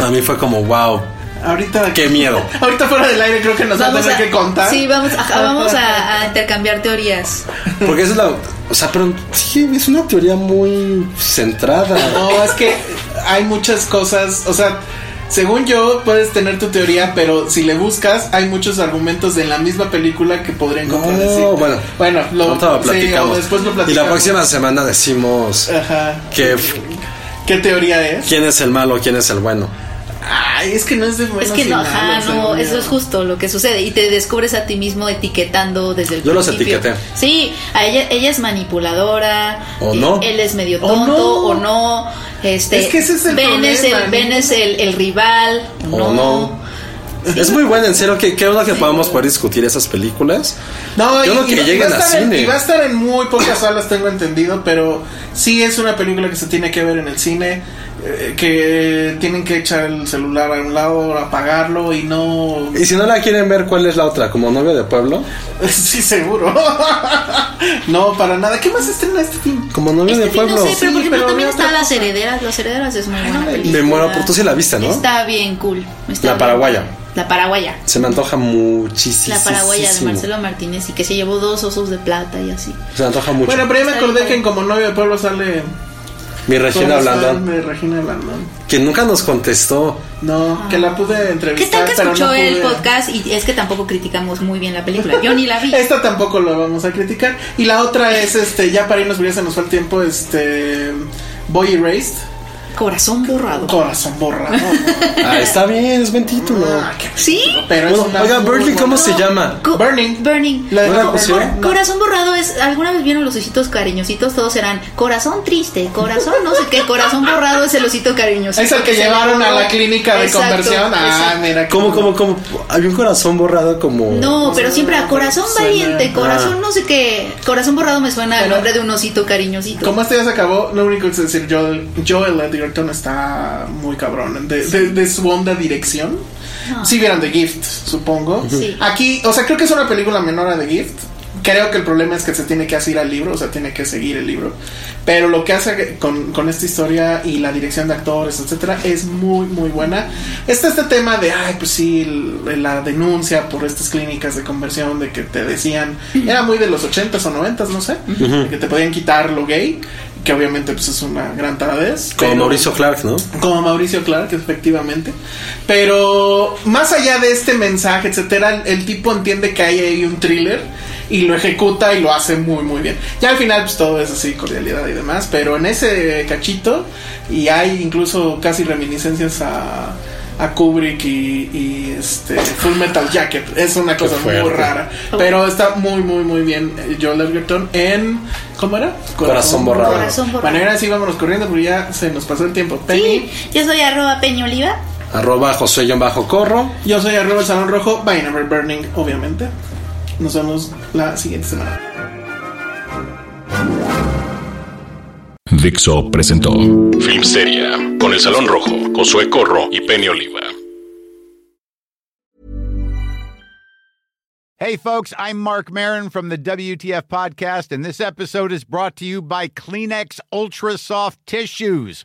[SPEAKER 1] A mí fue como, wow,
[SPEAKER 3] Ahorita.
[SPEAKER 1] qué miedo.
[SPEAKER 3] Ahorita fuera del aire creo que nos van a tener que contar.
[SPEAKER 2] Sí, vamos, ajá, vamos a, a intercambiar teorías.
[SPEAKER 1] Porque esa es la. O sea, pero sí, es una teoría muy centrada.
[SPEAKER 3] No, es que hay muchas cosas, o sea, según yo puedes tener tu teoría, pero si le buscas hay muchos argumentos en la misma película que podrían
[SPEAKER 1] No,
[SPEAKER 3] contradecir.
[SPEAKER 1] bueno,
[SPEAKER 3] bueno, lo,
[SPEAKER 1] Ahorita lo
[SPEAKER 3] sí, o
[SPEAKER 1] platicamos.
[SPEAKER 3] después lo platicamos. Eh.
[SPEAKER 1] Y la próxima semana decimos
[SPEAKER 3] Ajá.
[SPEAKER 1] que,
[SPEAKER 3] ¿Qué teoría es?
[SPEAKER 1] quién es el malo, quién es el bueno.
[SPEAKER 3] Ay, es que no es de buenos
[SPEAKER 2] es que
[SPEAKER 3] y
[SPEAKER 2] no,
[SPEAKER 3] malos,
[SPEAKER 2] ajá, no,
[SPEAKER 3] según
[SPEAKER 2] eso
[SPEAKER 3] yo.
[SPEAKER 2] es justo lo que sucede. Y te descubres a ti mismo etiquetando desde el
[SPEAKER 1] Yo los
[SPEAKER 2] principio.
[SPEAKER 1] etiqueté.
[SPEAKER 2] Sí, a ella, ella es manipuladora.
[SPEAKER 1] ¿O
[SPEAKER 2] y
[SPEAKER 1] no?
[SPEAKER 2] Él es medio
[SPEAKER 3] ¿O
[SPEAKER 2] tonto
[SPEAKER 3] no?
[SPEAKER 2] o no. Este,
[SPEAKER 3] Es que ese es el
[SPEAKER 2] Ben es
[SPEAKER 3] problema,
[SPEAKER 2] el, Ben
[SPEAKER 3] ¿no?
[SPEAKER 2] es el, el rival. o
[SPEAKER 1] ¿O no? Es muy bueno, en serio, que qué bueno que podamos poder discutir esas películas.
[SPEAKER 3] No,
[SPEAKER 1] Yo no que
[SPEAKER 3] va-
[SPEAKER 1] lleguen
[SPEAKER 3] va
[SPEAKER 1] a
[SPEAKER 3] estar en-
[SPEAKER 1] cine.
[SPEAKER 3] y va a estar en muy pocas salas, tengo entendido, pero sí es una película que se tiene que ver en el cine, eh, que tienen que echar el celular a un lado, apagarlo y no...
[SPEAKER 1] Y si no la quieren ver, ¿cuál es la otra? ¿Como novio de pueblo?
[SPEAKER 3] Sí, seguro. no, para nada. ¿Qué más estrena este fin?
[SPEAKER 1] Como novio
[SPEAKER 2] Este
[SPEAKER 1] de
[SPEAKER 2] fin,
[SPEAKER 1] pueblo.
[SPEAKER 2] no sé, pero por
[SPEAKER 3] Sí,
[SPEAKER 2] ejemplo
[SPEAKER 3] pero
[SPEAKER 2] también
[SPEAKER 3] había
[SPEAKER 2] está
[SPEAKER 3] otra
[SPEAKER 2] Las
[SPEAKER 3] cosa.
[SPEAKER 2] Herederas. Las Herederas es muy buena
[SPEAKER 3] me
[SPEAKER 2] película.
[SPEAKER 1] muero por- tú sí la viste, ¿no?
[SPEAKER 2] Está bien cool. Está
[SPEAKER 1] La paraguaya.
[SPEAKER 2] bien. La paraguaya.
[SPEAKER 1] Se me antoja muchísimo.
[SPEAKER 2] La paraguaya de Marcelo Martínez y que se llevó dos osos de plata y así.
[SPEAKER 1] Se me antoja mucho.
[SPEAKER 3] Bueno, pero ya me
[SPEAKER 2] Está
[SPEAKER 3] acordé
[SPEAKER 2] bien.
[SPEAKER 3] que en Como Novio de Pueblo sale...
[SPEAKER 1] Mi Regina
[SPEAKER 3] ¿Cómo
[SPEAKER 1] hablando,
[SPEAKER 3] está? De Regina Blandón.
[SPEAKER 1] que nunca nos contestó.
[SPEAKER 3] No, que la pude
[SPEAKER 2] Ah. ¿Qué
[SPEAKER 3] entrevistar,
[SPEAKER 2] tal que
[SPEAKER 3] pero
[SPEAKER 2] escuchó
[SPEAKER 3] no
[SPEAKER 2] el
[SPEAKER 3] pude.
[SPEAKER 2] podcast? Y es que tampoco criticamos muy bien la película. Yo ni la vi.
[SPEAKER 3] Esta tampoco la vamos a criticar. Y la otra es, este, ya para irnos, porque ya se nos fue el tiempo, este... Boy Erased.
[SPEAKER 2] Corazón borrado.
[SPEAKER 3] Corazón borrado.
[SPEAKER 1] Ah, está bien, es buen título.
[SPEAKER 3] Ah, qué-
[SPEAKER 2] ¿Sí?
[SPEAKER 3] pero es
[SPEAKER 1] Bueno,
[SPEAKER 3] una
[SPEAKER 1] oiga,
[SPEAKER 3] muy
[SPEAKER 1] Berkeley,
[SPEAKER 3] buena-
[SPEAKER 1] ¿cómo se llama?
[SPEAKER 2] Co-
[SPEAKER 3] Burning.
[SPEAKER 2] Burning.
[SPEAKER 3] La de
[SPEAKER 1] ¿No la
[SPEAKER 3] Cor-
[SPEAKER 1] pusieron?
[SPEAKER 3] Cor-
[SPEAKER 2] Corazón borrado es. ¿Alguna vez vieron los ositos cariñositos? Todos eran corazón triste, corazón no sé qué. Corazón borrado es el osito cariñosito.
[SPEAKER 3] Es el que
[SPEAKER 2] se
[SPEAKER 3] llevaron a
[SPEAKER 2] borró.
[SPEAKER 3] la clínica de
[SPEAKER 2] Exacto,
[SPEAKER 3] conversión. Ah,
[SPEAKER 2] exacto.
[SPEAKER 3] mira.
[SPEAKER 1] ¿Cómo, cómo, cómo? Había un corazón borrado como.
[SPEAKER 2] No, pero siempre a corazón
[SPEAKER 3] Suena-
[SPEAKER 2] valiente, corazón
[SPEAKER 1] Ah.
[SPEAKER 2] no sé qué. Corazón borrado me suena el nombre de un osito cariñosito.
[SPEAKER 3] Como este ya se acabó, lo único que es decir, Joel, Joel Edgerton está muy cabrón de, de- de su onda dirección. Si vieron The Gift, supongo.
[SPEAKER 2] Sí.
[SPEAKER 3] Aquí, o sea, creo que es una película menor a The Gift. Creo que el problema es que se tiene que hacer al libro, o sea, tiene que seguir el libro. Pero lo que hace con, con esta historia y la dirección de actores, etcétera, es muy, muy buena. Está este tema de, ay, pues sí, l- la denuncia por estas clínicas de conversión, de que te decían, era muy de los 80s o 90s, no sé, de que te podían quitar lo gay, que obviamente pues es una gran taradez.
[SPEAKER 1] Como
[SPEAKER 3] pero-
[SPEAKER 1] Mauricio Clark, ¿no?
[SPEAKER 3] como Mauricio Clark, efectivamente. Pero más allá de este mensaje, etcétera, el, el tipo entiende que hay ahí un thriller y lo ejecuta y lo hace muy, muy bien. Ya al final, pues todo es así, cordialidad y demás. Pero en ese cachito, y hay incluso casi reminiscencias a, a Kubrick y, y, este Full Metal Jacket. Es una cosa muy
[SPEAKER 1] fuerte.
[SPEAKER 3] rara. Pero está muy, muy, muy bien eh, Joel Edgerton en. ¿Cómo era?
[SPEAKER 1] Corazón borrado.
[SPEAKER 2] Corazón borrado.
[SPEAKER 3] Bueno, ahora sí vámonos corriendo porque ya se nos pasó el tiempo. Penny.
[SPEAKER 2] Sí, yo soy arroba peñoliva.
[SPEAKER 1] Arroba Josué bajo corro.
[SPEAKER 3] Yo soy arroba el salón rojo, by never burning, obviamente. Nos vemos la siguiente semana.
[SPEAKER 4] Dixo presentó Film Seria con El Salón Rojo, Josué Corro y Penny Oliva.
[SPEAKER 5] Hey, folks, I'm Mark Marin from the WTF Podcast, and this episode is brought to you by Kleenex Ultra Soft Tissues.